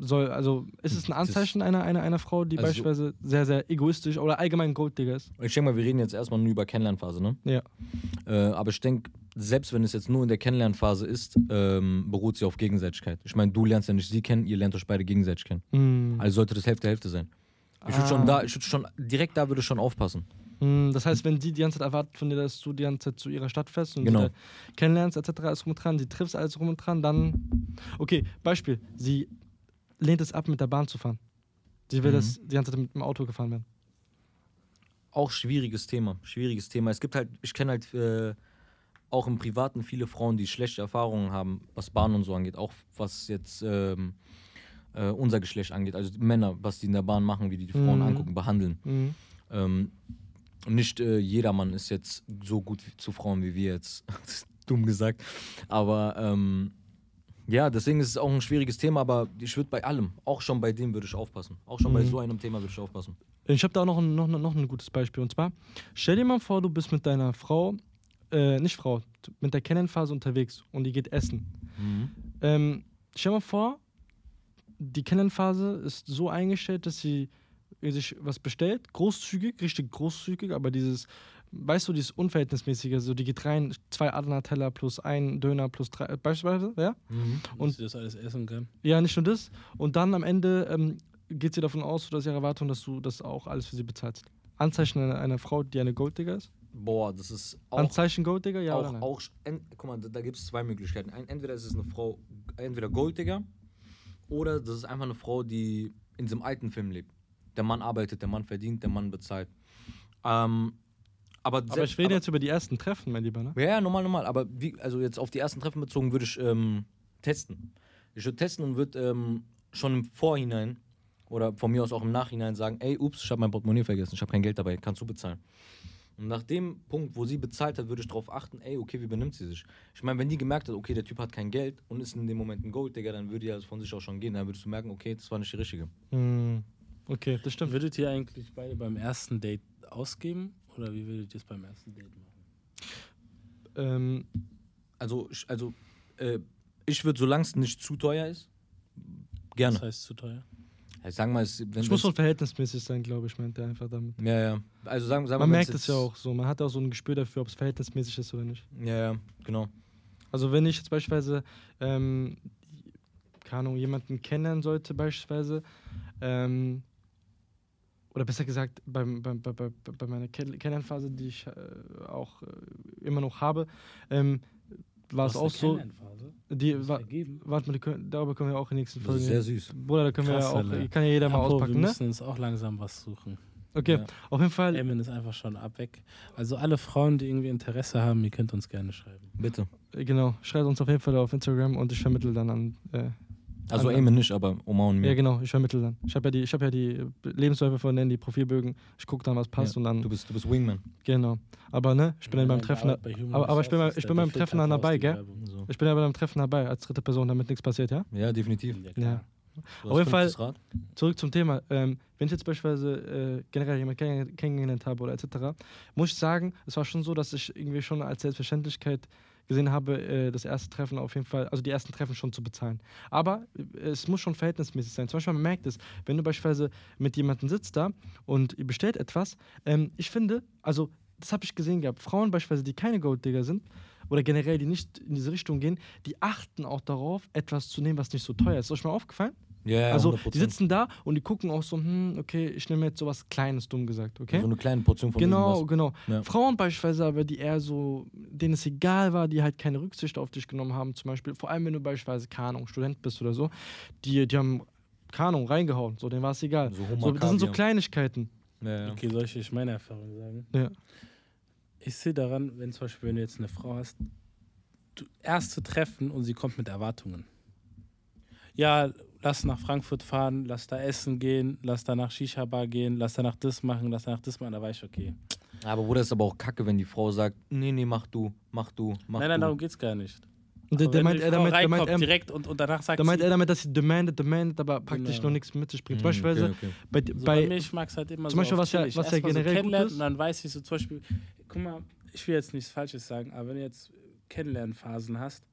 soll, also ist es ein Das- Anzeichen einer, einer, einer Frau, die Also- beispielsweise sehr, sehr egoistisch oder allgemein Golddigger ist? Ich denke mal, wir reden jetzt erstmal nur über Kennenlernphase, ne? Ja. Äh, aber ich denke, selbst wenn es jetzt nur in der Kennenlernphase ist, ähm, beruht sie auf Gegenseitigkeit. Ich meine, du lernst ja nicht sie kennen, ihr lernt euch beide gegenseitig kennen. Mhm. Also sollte das Hälfte Hälfte sein. Ich würde schon da, ich würde schon direkt da würde ich schon aufpassen. Mm, Das heißt, wenn die die ganze Zeit erwartet von dir, dass du die ganze Zeit zu ihrer Stadt fährst und Genau. sie da kennenlernst, etc., alles rum und dran, die triffst, alles rum und dran, dann. Okay, Beispiel. Sie lehnt es ab, mit der Bahn zu fahren. Sie will, Mhm. dass die ganze Zeit mit dem Auto gefahren werden. Auch schwieriges Thema, schwieriges Thema. Es gibt halt, ich kenne halt äh, auch im Privaten viele Frauen, die schlechte Erfahrungen haben, was Bahn und so angeht, auch was jetzt ähm, äh, unser Geschlecht angeht, also die Männer, was die in der Bahn machen, wie die die Frauen Mhm. angucken, behandeln. Ähm, nicht äh, jedermann ist jetzt so gut zu Frauen wie wir jetzt. Das ist Dumm gesagt. Aber ähm, ja, deswegen ist es auch ein schwieriges Thema, aber ich würde bei allem, auch schon bei dem würde ich aufpassen. Auch schon bei Mhm. so einem Thema würde ich aufpassen. Ich habe da auch noch ein, noch, noch ein gutes Beispiel. Und zwar, stell dir mal vor, du bist mit deiner Frau, äh, nicht Frau, mit der Kennenphase unterwegs und die geht essen. Ähm, stell dir mal vor, die Kennenphase ist so eingestellt, dass sie äh, sich was bestellt, großzügig, richtig großzügig, aber dieses, weißt du, dieses Unverhältnismäßige, so die geht rein, zwei Adler-Teller plus ein Döner plus drei, beispielsweise, ja? Und Und- sie das alles essen kann. Ja, nicht nur das. Und dann am Ende ähm, geht sie davon aus, oder ist ihre Erwartung, dass du das auch alles für sie bezahlst. Anzeichen einer, einer Frau, die eine Golddigger ist? Boah, das ist auch. Anzeichen Golddigger, ja oder auch, nein? auch en, guck mal, da, da gibt es zwei Möglichkeiten. Ein, entweder ist es eine Frau, entweder Golddigger, oder das ist einfach eine Frau, die in diesem alten Film lebt. Der Mann arbeitet, der Mann verdient, der Mann bezahlt. Ähm, aber, aber selbst- ich rede jetzt über die ersten Treffen, mein Lieber, ne? Ja, ja, normal, normal. Aber wie, also jetzt auf die ersten Treffen bezogen würde ich ähm, testen. Ich würde testen und würde ähm, schon im Vorhinein oder von mir aus auch im Nachhinein sagen, ey, ups, ich habe mein Portemonnaie vergessen, ich habe kein Geld dabei, kannst du bezahlen. Und nach dem Punkt, wo sie bezahlt hat, würde ich darauf achten, ey, okay, wie benimmt sie sich? Ich meine, wenn die gemerkt hat, okay, der Typ hat kein Geld und ist in dem Moment ein Golddigger, dann würde ja von sich aus schon gehen. Dann würdest du merken, okay, das war nicht die richtige. Hm. Okay, das stimmt. Würdet ihr eigentlich beide beim ersten Date ausgeben? Oder wie würdet ihr es beim ersten Date machen? Ähm, Also, ich, also, äh, ich würde, solange es nicht zu teuer ist, gerne. Das heißt zu teuer. Also, sagen wir mal, es, wenn, Es muss schon verhältnismäßig sein, glaube ich, meint er einfach damit. Ja, ja. Also sagen, sagen Man wir, merkt wenn's es ja jetzt- auch so. Man hat auch so ein Gespür dafür, ob es verhältnismäßig ist oder nicht. Ja, ja, genau. Also wenn ich jetzt beispielsweise, ähm, keine Ahnung, jemanden kennenlernen sollte beispielsweise, ähm, oder besser gesagt, beim, beim, bei, bei, bei meiner Ken- Kennenlernphase, die ich äh, auch äh, immer noch habe, ähm, war es auch so, die, wa, Vergeben. warte mal, die können, darüber können wir auch in der nächsten Folge reden. süß. Bruder, da können Krass, wir ja Alter. auch, kann ja jeder mal Apo, auspacken, wir ne? müssen uns auch langsam was suchen. Okay, Ja. auf jeden Fall, Emin ist einfach schon ab weg. Also alle Frauen, die irgendwie Interesse haben, ihr könnt uns gerne schreiben. Bitte. Genau, schreibt uns auf jeden Fall auf Instagram und ich vermittle dann an. Äh, Also Andere- Eamon nicht, aber Oma und mir. ja. genau, ich vermittle dann. Ich habe ja die, ich hab ja die äh, Lebensläufe von denen, die Profilbögen. Ich gucke dann, was passt und dann. Du bist, du bist Wingman. Genau. Aber ne, ich bin dann beim Treffen. Arbeit bei Human aber- aber ich bin bei- Resources, ich bin der beim filtert Treffen dann raus dabei, die gell? Werbung. So. Ich bin ja bei einem Treffen dabei als dritte Person, damit nichts passiert, ja? Ja, definitiv. Ja, Ja. klar. Du Auf hast jeden Fall- fünftes Rad. Zurück zum Thema. Ähm, wenn ich jetzt beispielsweise äh, generell jemanden kenn kennengelernt habe oder etc., muss ich sagen, es war schon so, dass ich irgendwie schon als Selbstverständlichkeit gesehen habe, äh, das erste Treffen auf jeden Fall, also die ersten Treffen schon zu bezahlen. Aber äh, es muss schon verhältnismäßig sein. Zum Beispiel, man merkt es, wenn du beispielsweise mit jemandem sitzt da und ihr bestellt etwas, ähm, ich finde, also das habe ich gesehen gehabt, Frauen beispielsweise, die keine Golddigger sind oder generell, die nicht in diese Richtung gehen, die achten auch darauf, etwas zu nehmen, was nicht so teuer ist. Ist euch mal aufgefallen? Ja, ja, also die 100%. sitzen da und die gucken auch so, hm, okay, ich nehme jetzt sowas Kleines, dumm gesagt, okay? Also Also So eine kleine Portion von Genau, irgendwas. genau. Ja. Frauen beispielsweise, aber die eher so, denen es egal war, die halt keine Rücksicht auf dich genommen haben, zum Beispiel, vor allem wenn du beispielsweise, keine Ahnung, Student bist oder so, die, die haben, keine Ahnung, reingehauen, so, denen war es egal. So So, das sind so Hummerkaviar. Kleinigkeiten. Ja, ja. Okay, soll ich euch meine Erfahrung sagen? Ja. Ich sehe daran, wenn zum Beispiel, wenn du jetzt eine Frau hast, du erste Treffen und sie kommt mit Erwartungen. Ja, lass nach Frankfurt fahren, lass da essen gehen, lass da nach Shisha-Bar gehen, lass danach das machen, lass danach das machen, da war ich okay. Aber Bruder, ist aber auch kacke, wenn die Frau sagt, nee, nee, mach du, mach du, mach nein, nein, du. darum geht's gar nicht. Und der, Aber der wenn meint, die er Frau damit, der meint, reinkommt er, direkt und, und danach sagt der meint sie, er damit, dass sie demandet, demandet, aber praktisch Genau. noch nichts mit sich bringt. Hm, Beispielsweise okay, okay. bei, So bei, mir, bei ich mag es halt immer Zum so Beispiel, auf was ja- chillig. was ja Erstmal generell so gut kennenlernen ist. Und dann weiß ich so zum Beispiel, guck mal, ich will jetzt nichts Falsches sagen, aber wenn du jetzt Kennenlernphasen hast,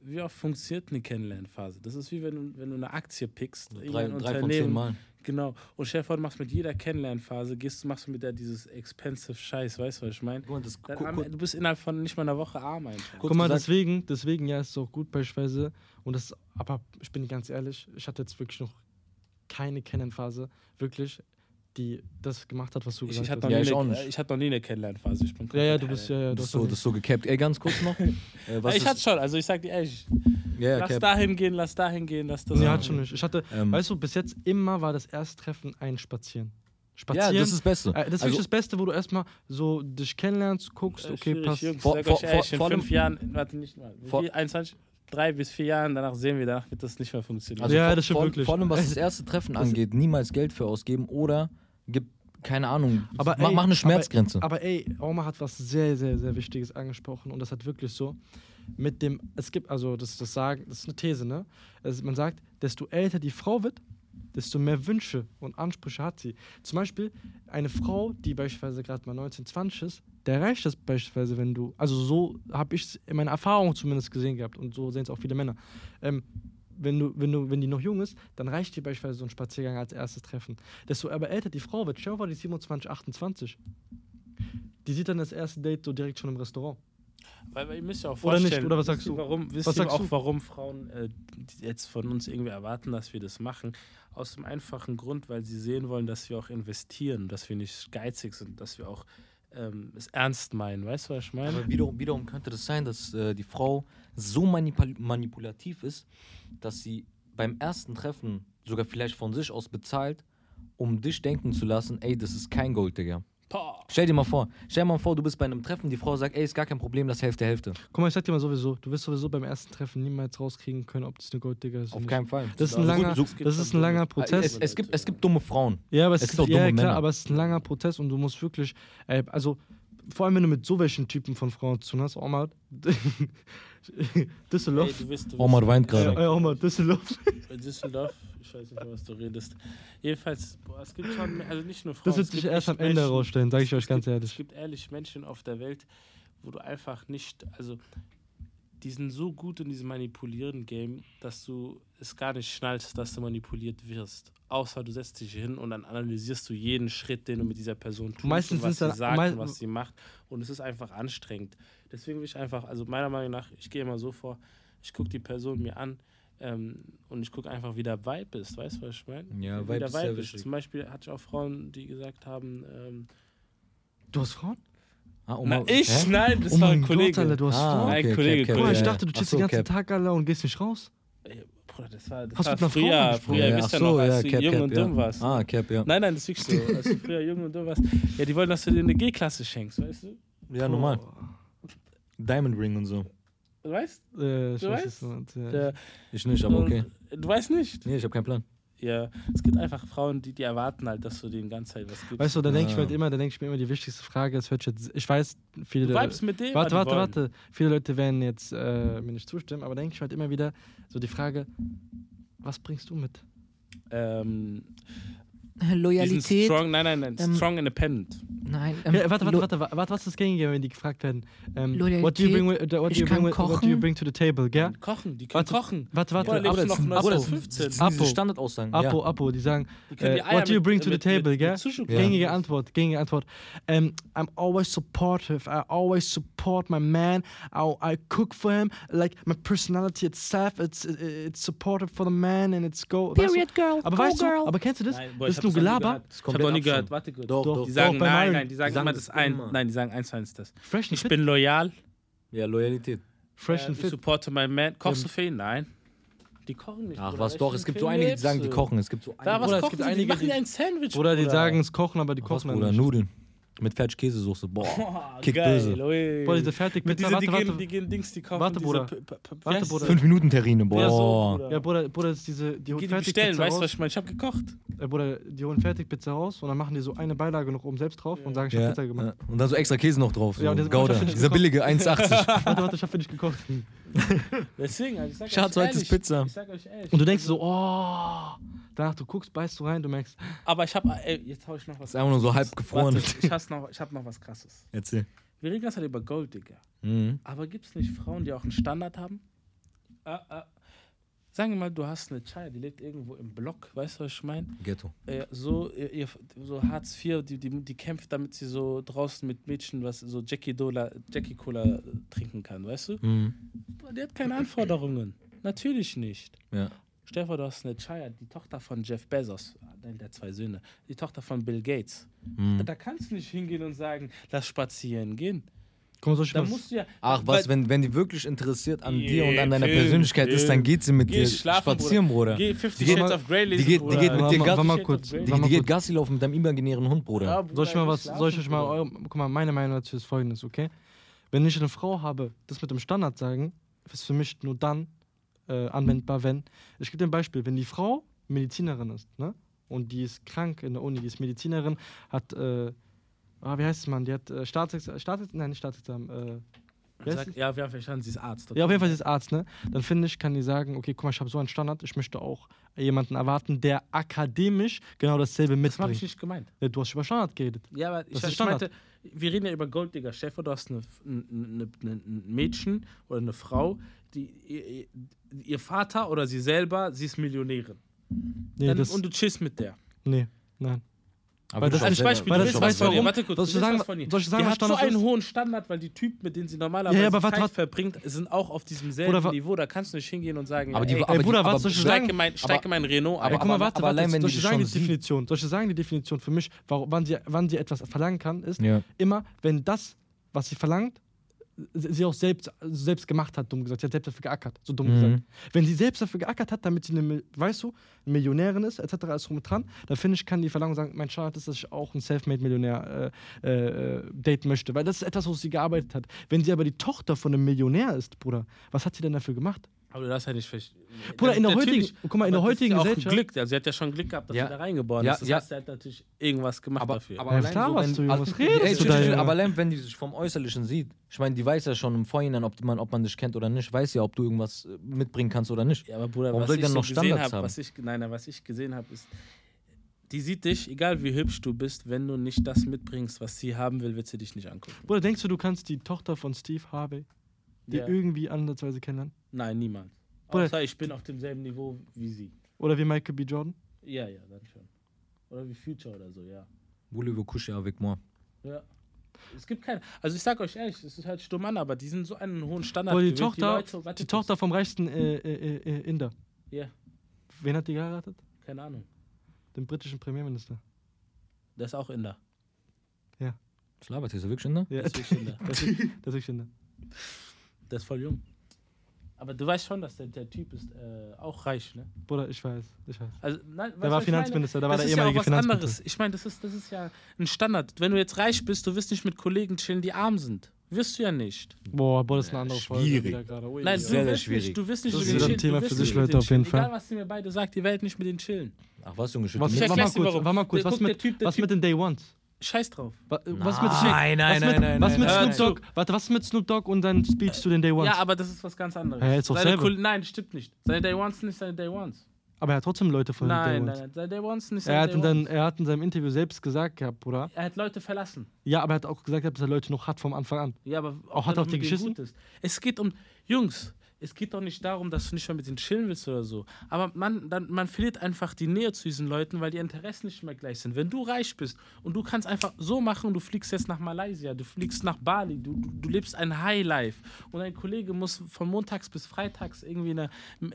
wie oft funktioniert eine Kennenlernphase? Das ist wie wenn du, wenn du eine Aktie pickst, So Drei, irgendein drei von zehn Unternehmen. Mal. Genau. Und Chef, du machst mit jeder Kennenlernphase, gehst, du machst du mit der dieses expensive Scheiß, weißt du, was ich meine? Guck mal, das Dann ku- am- ku- Du bist innerhalb von nicht mal einer Woche arm einfach. kurz Guck mal, gesagt, deswegen, deswegen, ja, ist es auch gut beispielsweise. Und das, aber ich bin ganz ehrlich, ich hatte jetzt wirklich noch keine Kennenphase, wirklich, die das gemacht hat, was du Ich, gesagt ich hatte hast. noch, Ja, nie ich auch eine- nicht. ich hatte noch nie eine Kennenlernphase. Ich bin Ja, ja, komplett du bist hell. ja, ja, das du ist hast so, noch das ist so gecapt. Ey, ganz kurz noch. äh, was Ich hatte ist, schon, also ich sag dir ehrlich, ja, ja, lass Cap. dahin gehen, lass dahin gehen, lass das Nee, machen. hat schon nicht. Ich hatte, Ähm, weißt du, bis jetzt immer war das Ersttreffen ein Spazieren. ja, Spazieren. das ist das Beste. äh, das ist wirklich also, das Beste, wo du erstmal so dich kennenlernst, guckst, Äh, okay, schwierig, passt. Jungs, Vor- sag vor- euch ehrlich, vor- in vor fünf allem- Jahren, warte nicht mal, wie vor- viel? 21, drei bis vier Jahren, danach sehen wir, danach wird das nicht mehr funktionieren. also Ja, vor, das stimmt vor, wirklich. Also Vor allem, was das erste Treffen angeht, niemals Geld für ausgeben oder gibt, keine Ahnung, Aber mach, ey, mach eine Schmerzgrenze. Aber, aber ey, Oma hat was sehr, sehr, sehr Wichtiges angesprochen und das hat wirklich so mit dem, es gibt, also das, das sagen, das ist eine These, ne? Also man sagt, desto älter die Frau wird, desto mehr Wünsche und Ansprüche hat sie. Zum Beispiel eine Frau, die beispielsweise gerade mal 19, 20 ist, der reicht das beispielsweise, wenn du, also so habe ich es in meiner Erfahrung zumindest gesehen gehabt und so sehen es auch viele Männer. Ähm, wenn du, wenn du, wenn die noch jung ist, dann reicht dir beispielsweise so ein Spaziergang als erstes Treffen. Desto aber älter die Frau wird, stell dir vor, die ist 27, 28. Die sieht dann das erste Date so direkt schon im Restaurant. weil, weil ihr müsst ja auch Oder nicht, vorstellen, oder wisst was sagst ihr, du? Warum, wisst Was ihr sagst auch, du? warum Frauen äh, die jetzt von uns irgendwie erwarten, dass wir das machen? Aus dem einfachen Grund, weil sie sehen wollen, dass wir auch investieren, dass wir nicht geizig sind, dass wir auch ähm, es ernst meinen. Weißt du, was ich meine? Aber wiederum, wiederum könnte das sein, dass äh, die Frau so manipul manipulativ ist, dass sie beim ersten Treffen sogar vielleicht von sich aus bezahlt, um dich denken zu lassen, ey, das ist kein Gold, Digga. Boah. Stell dir mal vor, stell dir mal vor, du bist bei einem Treffen, die Frau sagt, ey, ist gar kein Problem, das Hälfte, Hälfte. Guck mal, ich sag dir mal sowieso, du wirst sowieso beim ersten Treffen niemals rauskriegen können, ob das eine Golddigger ist. oder Auf nicht. keinen Fall. Also Das ist ein langer, so- so- das ist ein langer es, Prozess. es, gibt, es gibt dumme Frauen. Ja, aber es, es ist gibt auch ja, dumme klar, Männer. aber es ist ein langer Prozess und du musst wirklich, ey, also vor allem wenn du mit so welchen Typen von Frauen zu tun hast, Omar, Ey, Düsseldorf, du bist, du bist, Omar weint ey, gerade. Ah, Omar, Düsseldorf, Bei Düsseldorf, ich weiß nicht, mehr, was du redest. Jedenfalls, boah, es gibt schon, mehr- also nicht nur Frauen. das es wird sich gibt erst am echt Ende Menschen, herausstellen, sage ich Es euch ganz gibt, Es ehrlich. gibt ehrlich Menschen auf der Welt, wo du einfach nicht, also die sind so gut in diesem manipulieren Game, dass du es gar nicht schnallst, dass du manipuliert wirst. Außer du setzt dich hin und dann analysierst du jeden Schritt, den du mit dieser Person tust, Meistens und was sind's dann- sie sagt mei- und was sie macht. Und es ist einfach anstrengend. Deswegen will ich einfach, also meiner Meinung nach, ich gehe immer so vor, ich gucke die Person mir an ähm, und ich gucke einfach, wie der Vibe ist. Weißt du, was ich meine? Ja, wie Vibe der ist sehr Vibe ist. wichtig. Zum Beispiel hatte ich auch Frauen, die gesagt haben, ähm, Du hast Frauen? Ah, na, Um Omar- ich? Hä? Nein, das Oh war ein mein Kollege. Gott, Alter, du hast Ah, Frauen? Nein, okay, Kollege, Cap, Cap, Guck mal, ich ja, dachte, du ja. chillst Ach so, den ganzen Cap. Tag, Alter, und gehst nicht raus. Ey, Bruder, das war, das Hast du war mit einer Frau früher, gesprochen? früher, Ja, wisst ihr ach so, noch, als ja, du Cap, jung Cap, und ja. dumm warst. Ah, Cap, ja. Nein, nein, das ist wirklich so, als du früher jung und dumm warst. Ja, die wollen, dass du dir eine G-Klasse schenkst, weißt du? Ja, normal. Diamond Ring und so. Du weißt? Äh, ich Du weiß, weißt? es nicht, ja. Ja. Ich nicht, aber Und okay. Du weißt nicht. Nee, ich habe keinen Plan. Ja, es gibt einfach Frauen, die, die erwarten halt, dass du denen ganze Zeit was gibst. Weißt du, da denke ich mir halt Ja. immer, da denke ich mir immer die wichtigste Frage, das hört sich jetzt, ich weiß, viele du vibest mit dem, Warte, was die warte, wollen. warte. Viele Leute werden jetzt äh, mir nicht zustimmen, aber denke ich halt immer wieder so die Frage, was bringst du mit? Ähm, diesen Loyalität. strong, nein, nein, nein, Ähm, strong independent. Nein, ähm, Ja, warte, warte, Lo- warte, warte, warte, was ist das Gängige, wenn die gefragt werden? Ähm, Loyalität, what do you bring, with, uh, what ich do you kann bring with, what do you kochen. bring to the table, gell? Kochen, die können Warte, kochen. Warte, warte, Bruder, lebst du Apo, noch Abo, das 1915? sind diese Apo. Standardaussagen. Apo, Ja. Apo, die sagen, Die können äh, die Eier what do you mit- bring to the mit- table, mit- gell? mit Sushi Gängige kochen. Antwort, gängige Antwort. Ähm, I'm always supportive, I always support support my man. I, I cook for him. Like my personality itself, it's it's supportive for the man and it's go. weißt du? Period girl, Aber go weißt girl. du, aber kennst du das? Nein, boah, das ich ist nur hab's noch nie Gelaber. gehört. Ich Komplett habe noch nie abstimmen. gehört. Warte kurz. Doch, Doch, doch. Die sagen bei nein, Mario. nein, die sagen Sagen immer das das ein. immer. Nein, die sagen eins zu eins das. Fresh and Ich fit. bin loyal. Ja, Loyalität. fresh Äh, and ich fit. supporte meinen Man. Kochst du für ihn? Nein. Die kochen nicht. Ach Bruder. was doch, es Welchen gibt so Film einige, die lebst sagen, die du? kochen. Es gibt so Da, einige. was Bruder, es kochen gibt sie? Die einige, machen die- ja ein Sandwich. Oder die sagen es kochen, aber die Was, kochen Bruder, dann nicht. Nudeln. Mit Fetch-Käsesoße. Boah. Boah, Kick geil, böse. ui. Boah, diese fertig Mit Pizza, diese, die warte, gehen, warte. die gehen Dings, die kaufen. Warte, diese Bruder. P- P- P- wie Warte, heißt Bruder. das? Fünf minuten terrine Ja, boah. so, Bruder. Ja, Bruder, Bruder, das ist diese, die holen Geh die fertig bestellen, Pizza weißt du, was raus. ich meine? Ich hab gekocht. Äh, Bruder, die holen fertig Pizza raus und dann machen die so eine Beilage noch oben selbst drauf und sagen, ich hab Ja, Pizza gemacht. ja. Und dann so extra Käse noch drauf. So. Ja, und jetzt- Gouda. ich hab nicht Dieser gekocht. billige 1,80. Warte, warte, ich hab für dich gekocht. Deswegen, also ich sag Schatz, euch heute ist ehrlich, Pizza. Ich sag euch ehrlich. Und du denkst so, oh, danach du guckst, beißt du rein, du merkst, Aber ich hab, ey, jetzt hau ich noch was. ist einfach nur so halb gefroren. Warte, ich, hasse noch, ich hab noch was krasses. Erzähl. Wir reden ganz halt über Gold, Digga. Mhm. Aber gibt's nicht Frauen, die auch einen Standard haben? Ah, ah. Sagen wir mal, du hast eine Chaya, die lebt irgendwo im Block, weißt du, was ich meine? Ghetto. Äh, so, ihr, ihr, so Hartz IV, die, die, die kämpft, damit sie so draußen mit Mädchen was so Jackie Dola, Jackie Cola äh, trinken kann, weißt du? Mhm. Boah, Die hat keine Anforderungen. Natürlich nicht. Ja. Stell dir vor, du hast eine Chaya, die Tochter von Jeff Bezos, ah, nein, der hat zwei Söhne, die Tochter von Bill Gates. Mhm. Da kannst du nicht hingehen und sagen, lass spazieren gehen. komm so Da schön. musst du ja. Ach weil- was, wenn, wenn die wirklich interessiert an dir Yeah, und an deiner Film, Persönlichkeit ist, dann Film. geht sie mit Geh dir schlafen, spazieren, Bruder. Geh 50 Die geht- Shades of Grey lesen. die geht- die Bruder. geht mit Warte dir mal, gar- warte mal Shades kurz. of Grey. warte Die, mal die geht kurz. Gassi laufen mit deinem imaginären Hund, Bruder. Ja, Bruder, Soll ich mal geh was, schlafen, soll ich euch mal, Bruder. eure, guck mal, meine Meinung dazu ist folgendes, okay? Wenn ich eine Frau habe, das mit dem Standard sagen, ist für mich nur dann äh, anwendbar, wenn. Ich gebe dir ein Beispiel, wenn die Frau Medizinerin ist, ne? Und die ist krank in der Uni, die ist Medizinerin, hat, äh, ah, wie heißt es, Mann? Die hat äh, Staatsexamen, Staats nein, nicht Staatsexamen, äh, wie heißt Sag- es? Ja, wir haben verstanden, sie ist Arzt. Ja, auf jeden Fall sie ist Arzt, ne? Dann finde ich, kann die sagen, okay, guck mal, ich habe so einen Standard, ich möchte auch jemanden erwarten, der akademisch genau dasselbe Das habe ich mitbringt. nicht gemeint. Ja, du hast über Standard geredet. Ja, aber ich, ist ich Standard. meinte, wir reden ja über Gold, Digga. Stefan, du hast eine- ein ein- ein- ein Mädchen oder eine Frau, die ihr, ihr Vater oder sie selber, sie ist Millionärin. Nee, Dann, das, und du chillst mit der. nee, nein. das Aber du ist ein schaust Beispiel, selber- weil du das willst schaust weiß, was von selber. ihr. warum. Warte kurz, Soll du ich willst sagen, was von ihr. soll ich sagen, die was hat so Standard einen ist? hohen Standard, weil die Typen, mit denen sie normalerweise Ja, ja, aber warte, Zeit warte. verbringt, sind auch auf diesem selben Bruder, wa- Niveau. Da kannst du nicht hingehen und sagen, Aber ja, die- ey, aber Ey, Bruder, aber was soll ich steig sagen? in mein, steig in mein Renault. aber- Aber, Ey, guck mal, aber- warte, aber warte, allein, jetzt wenn soll die ich das sagen, schon die sieht- Definition, soll ich sagen, die Definition für mich, warum, wann, sie, wann sie etwas verlangen kann, ist Ja. immer, wenn das, was sie verlangt, sie sie auch selbst, selbst gemacht hat, dumm gesagt. Sie hat selbst dafür geackert, so dumm Mhm. gesagt. Wenn sie selbst dafür geackert hat, damit sie eine, Mil- weißt du, eine Millionärin ist, etc., alles rum und dran, dann finde ich, kann die Verlangung sagen, mein Standard ist, dass ich auch einen Selfmade-Millionär äh, äh, daten möchte, weil das ist etwas, wo sie gearbeitet hat. Wenn sie aber die Tochter von einem Millionär ist, Bruder, was hat sie denn dafür gemacht? aber du darfst ja nicht verstehen. Bruder, in der Natürlich. heutigen, guck mal, in der Aber das heutigen ist ja auch ein Gesellschaft. Glück, also sie hat ja schon Glück gehabt, dass Ja. sie da reingeboren Ja, ist. Das ja. heißt, sie hat natürlich irgendwas gemacht Aber, dafür. aber Ja, allein klar, so, was wenn, du über also, was redest ey, du chill, da, chill, chill, Junge? aber allein, wenn die sich vom Äußerlichen sieht. Ich meine, die weiß ja schon im Vorhinein, ob, die man, ob man dich kennt oder nicht. Weiß ja, ob du irgendwas äh, mitbringen kannst oder nicht. Ja, aber Bruder, Warum was soll ich ich dann so noch gesehen Standards habe, haben? was ich, nein, nein, was ich gesehen habe, ist, die sieht dich, egal wie hübsch du bist, wenn du nicht das mitbringst, was sie haben will, wird sie dich nicht angucken. Bruder, denkst du, du kannst die Tochter von Steve Harvey dir Ja. irgendwie andersweise kennenlernen? Nein, niemals. Bruder. Außer ich bin auf demselben Niveau wie sie. Oder wie Michael B. Jordan? Ja, ja, dann schon. Oder wie Future oder so, ja. Voulez-vous coucher avec moi? Ja. Es gibt keine. Also ich sag euch ehrlich, es ist halt stumm an, aber die sind so einen hohen Standard. Oder die gewöhnt, Tochter, die, Leute- warte kurz. Tochter vom reichsten äh, äh, äh, Inder. Ja, Wen hat die geheiratet? keine Ahnung. Den britischen Premierminister. Der ist auch Inder. Was labert ihr? Ist er wirklich ne? Inder? Ja, Der ist wirklich Inder. das ist das ist Inder. Der ist voll jung. Aber du weißt schon, dass der, der Typ ist äh, auch reich, ne? Bruder, ich weiß, ich weiß. Also, nein, weißt du, Der was war ich Finanzminister, da war das der ist ja auch ehemalige was anderes. Finanzminister. Ich meine, das ist, das ist ja ein Standard. Wenn du jetzt reich bist, du wirst nicht mit Kollegen chillen, die arm sind. Wirst du ja nicht. Boah, Boah, das ist eine andere Folge. Schwierig. wieder gerade. Ui, Nein, ui, ui. du Oh, sehr wirst schwierig. nicht, du wirst nicht Das mit ist denen wieder chillen, ein Thema du wirst für nicht sich, mit Leute, denen auf jeden chillen. Fall. Egal, was ihr mir beide sagt, ihr werdet nicht mit denen chillen. Ach was, Junge, schüttel Was- Ich mich. warte mal erklär's dir, kurz, warum. warte mal kurz, Der- was guck, der mit, Typ- der was Typ- mit den Day Ones? Scheiß drauf. Wa- Was mit, Nein, nein, was mit, nein, nein, was mit nein, nein. Snoop Dogg? Warte, was mit Snoop Dogg und dein Speech zu den Day Ones? Ja, aber das ist was ganz anderes. Ja, ist doch seine selber. Kolle- nein, stimmt nicht. Seine Day Ones sind nicht seine Day Ones. aber er hat trotzdem Leute von Nein, nein, den Day Ones. nein. Seine Day Ones sind nicht seine Er hat, Day in Ones. dann, er hat in seinem Interview selbst gesagt gehabt, Bruder. er hat Leute verlassen. Ja, aber er hat auch gesagt, gehabt, dass er Leute noch hat vom Anfang an. Ja, aber Auch hat er auf noch die mit denen geschissen? gut ist. Es geht um Jungs. es geht doch nicht darum, dass du nicht mehr mit denen chillen willst oder so. Aber man, dann, man verliert einfach die Nähe zu diesen Leuten, weil die Interessen nicht mehr gleich sind. Wenn du reich bist und du kannst einfach so machen, du fliegst jetzt nach Malaysia, du fliegst nach Bali, du, du, du lebst ein Highlife und ein Kollege muss von montags bis freitags irgendwie in einer,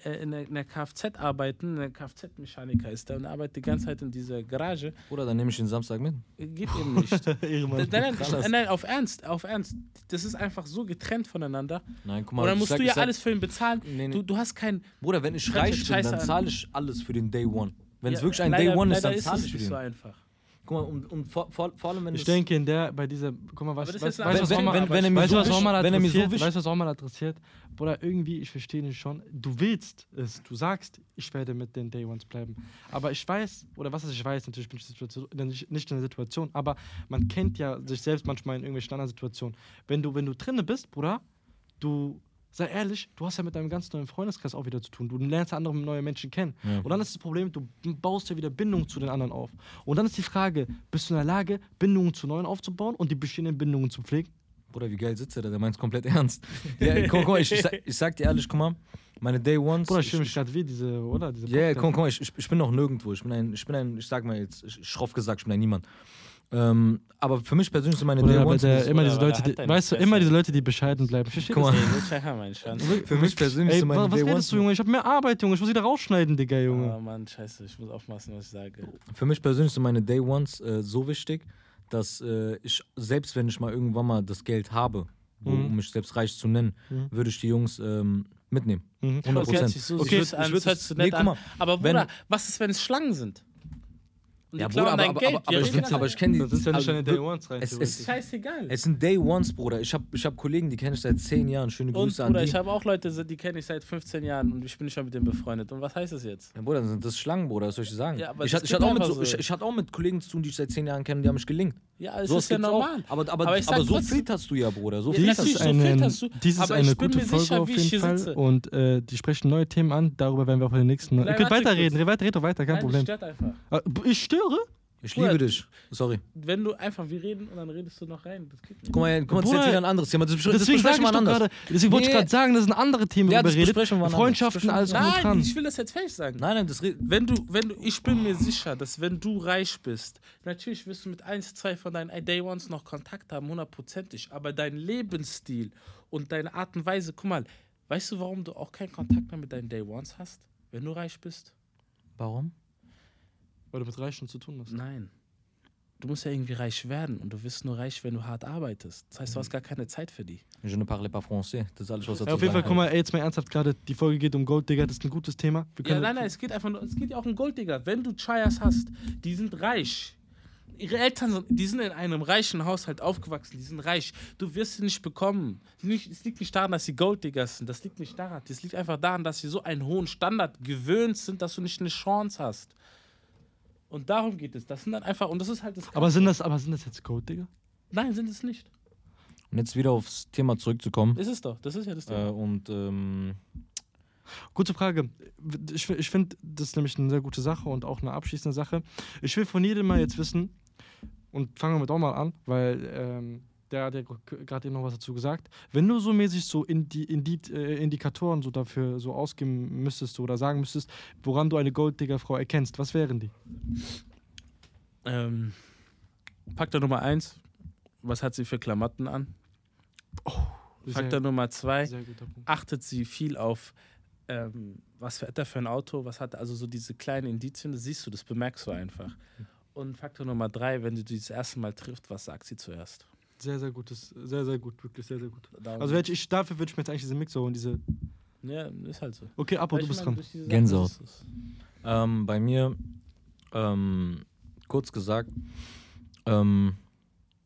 äh, in einer, in einer Kfz arbeiten, ein Kfz-Mechaniker ist da und arbeitet die ganze Zeit in dieser Garage, Bruder, dann nehme ich den Samstag mit. geht eben nicht. Ehrenmann. Nein, nein, Krass. nein, nein, auf Ernst, auf Ernst. Das ist einfach so getrennt voneinander. Nein, guck Und dann ich musst sag- du ich ja sag- alles für ihn bezahlen. Nee, nee. Du, du hast keinen. Bruder, wenn ich Schreibt reich jetzt bin, Scheiße dann an. zahle ich alles für den Day One. Wenn es Ja, wirklich ein leider- Day One ist, leider dann zahle es ich für nicht den. so einfach. Guck mal, und, und vor, vor, vor allem, wenn Ich das- denke, in der, bei dieser, guck mal, Aber was, das was, ist eine weißt du, was, andere auch mal- Arbeit. Wenn- wenn er mir weißt du, so was auch wisch- mal wenn er mir so adressiert? wisch- weißt du, was auch mal adressiert? Bruder, irgendwie, ich verstehe nicht schon, du willst es, du sagst, ich werde mit den Day Ones bleiben. Aber ich weiß, oder was heißt, ich weiß, natürlich bin ich Situation, nicht nicht in der Situation, aber man kennt ja sich selbst manchmal in irgendwelchen anderen Situationen. Wenn du, wenn du drinne bist, Bruder, du, sei ehrlich, du hast ja mit deinem ganz neuen Freundeskreis auch wieder zu tun. Du lernst ja andere neue Menschen kennen. Ja. Und dann ist das Problem, du baust ja wieder Bindungen zu den anderen auf. Und dann ist die Frage, bist du in der Lage, Bindungen zu neuen aufzubauen und die bestehenden Bindungen zu pflegen? Bruder, wie geil sitzt er da? Der meint's komplett ernst. Ja, ey, guck, guck, ich, ich, sag, ich sag dir ehrlich, guck mal, meine Day Ones. Bruder, ich ich, fühle mich gerade wie diese, oder? Diese Ja, yeah, Podcast- komm, komm, ich, ich, ich bin noch nirgendwo. Ich bin ein, ich bin ein, ich sag mal jetzt, ich, schroff gesagt, ich bin ein Niemand. Ähm, aber für mich persönlich sind meine Bruder, Day aber Ones. der, Bruder, immer diese aber Leute, er hat die, deine weißt du, Fresse. immer diese Leute, die bescheiden bleiben. Verstehst Guck du? mal, Ey, du Checker, mein Schatz. für mich persönlich Ey, sind meine wa- was Day Ones. redest du, Junge? Ich hab mehr Arbeit, Junge. Ich muss wieder rausschneiden, Digga, Junge. Oh Mann, scheiße, ich muss aufpassen, was ich sage. Für mich persönlich sind meine Day Ones äh, so wichtig, dass äh, ich, selbst wenn ich mal irgendwann mal das Geld habe, wo- Mhm. um mich selbst reich zu nennen, Mhm. würde ich die Jungs ähm, mitnehmen. Mhm. 100 Okay, hört Prozent. sich so Okay, süß ich an, würd- das hört sich so nee, halt nett guck an. mal, Aber wenn- Bruder, was ist, wenn es Schlangen sind? Und die Ja, klauen Bruder, aber, dein aber, Geld. aber, Wir aber, ich, reden aber, aber davon. ich kenne die. Das ist ja nicht also, deine Day Ones rein. es- es- theoretisch. Scheißegal. Es sind Day Ones, Bruder. Ich habe ich hab Kollegen, die kenne ich seit 10 Jahren. Schöne Und Grüße Bruder, an die. ich habe auch Leute, die kenne ich seit 15 Jahren und ich bin schon mit denen befreundet. Und was heißt das jetzt? ja, Bruder, dann sind das Schlangen, Bruder, was soll ich dir sagen? Ja, aber ich, das hatte, ich, gibt hatte auch mit einfach so. so, ich, ich hatte auch mit Kollegen zu tun, die ich seit 10 Jahren kenne, die haben mich gelingt. Ja, es Sowas ist ja gibt's normal. Auch. Aber, aber, aber, Aber ich sag so trotzdem- viel hast du ja, Bruder. So Ja, viel Dies natürlich, ist hast du. so viel eine, hast du, dies ist aber eine ich bin gute mir Folge sicher, auf wie ich jeden hier Fall sitze. und äh, die sprechen neue Themen an, darüber werden wir auch in den nächsten... Ihr Nein, könnt warte weiterreden, red weiter, red doch weiter, kein Nein, Problem. stört einfach. Ah, b- Ich störe? Ich Bruder. liebe dich. Sorry. Wenn du einfach, wir reden und dann redest du noch rein. Das geht nicht. Guck mal, guck mal das ist jetzt Bruder, wieder ein anderes Thema. Das, besprechen- das Deswegen sag besprechen ich wir doch anders. gerade, deswegen wollte ich Nee. gerade sagen, das sind andere Themen, Ja, worüber das wir reden. besprechen wir anders. Freundschaften, alles drum und Nein, dran. ich will das jetzt fertig sagen. Nein, nein, das re- Wenn du, wenn du, ich bin mir sicher, dass wenn du reich bist, natürlich wirst du mit eins, zwei von deinen Day Ones noch Kontakt haben, hundertprozentig, aber dein Lebensstil und deine Art und Weise, guck mal, weißt du, warum du auch keinen Kontakt mehr mit deinen Day Ones hast, wenn du reich bist? Warum? Weil du mit Reichen zu tun hast. Nein. Du musst ja irgendwie reich werden und du wirst nur reich, wenn du hart arbeitest. Das heißt, du hast gar keine Zeit für die. Je ne parle pas français. Das ist alles, was dazu Ja, auf jeden Fall, sagen guck mal, ey, jetzt mal ernsthaft gerade, die Folge geht um Gold, Digga, das ist ein gutes Thema. Wir Ja, können nein, nein, es geht einfach nur, es geht ja auch um Gold, Digga. Wenn du Chayas hast, die sind reich. Ihre Eltern sind, die sind in einem reichen Haushalt aufgewachsen, die sind reich. Du wirst sie nicht bekommen. Sie Nicht, es liegt nicht daran, dass sie Golddiggers sind. Das liegt nicht daran. Das liegt einfach daran, dass sie so einen hohen Standard gewöhnt sind, dass du nicht eine Chance hast. Und darum geht es. Das sind dann einfach, und das ist halt das. Aber sind das, aber sind das jetzt Gold, Digga? Nein, sind es nicht. Und jetzt wieder aufs Thema zurückzukommen. Ist es doch. Das ist ja das Äh, Thema. und ähm, Gute Frage. Ich, ich finde, das ist nämlich eine sehr gute Sache und auch eine abschließende Sache. Ich will von jedem mal jetzt wissen, und fangen wir mit Omar an, weil ähm, der hat ja gr- gerade eben noch was dazu gesagt. Wenn du so mäßig so in die, in die äh, Indikatoren so dafür so ausgeben müsstest oder sagen müsstest, woran du eine Golddigger-Frau erkennst, was wären die? Ähm, Faktor Nummer eins. Was hat sie für Klamotten an? Faktor Nummer zwei. sehr, sehr guter Punkt. achtet sie viel auf, ähm, was fährt er für ein Auto, was hat er, also so diese kleinen Indizien, das siehst du, das bemerkst du einfach. Und Faktor Nummer drei, wenn du die das erste Mal trifft, was sagt sie zuerst? Sehr, sehr gutes, sehr, sehr gut, wirklich sehr, sehr gut. Darum- Also hätte ich, dafür würde ich mir jetzt eigentlich diese Mixer holen, diese. ja, ist halt so. Okay, Apo, du Ich bist meine, dran. durch diese Sachen Gänsehaut. ist es- ähm, bei mir, ähm, kurz gesagt, ähm,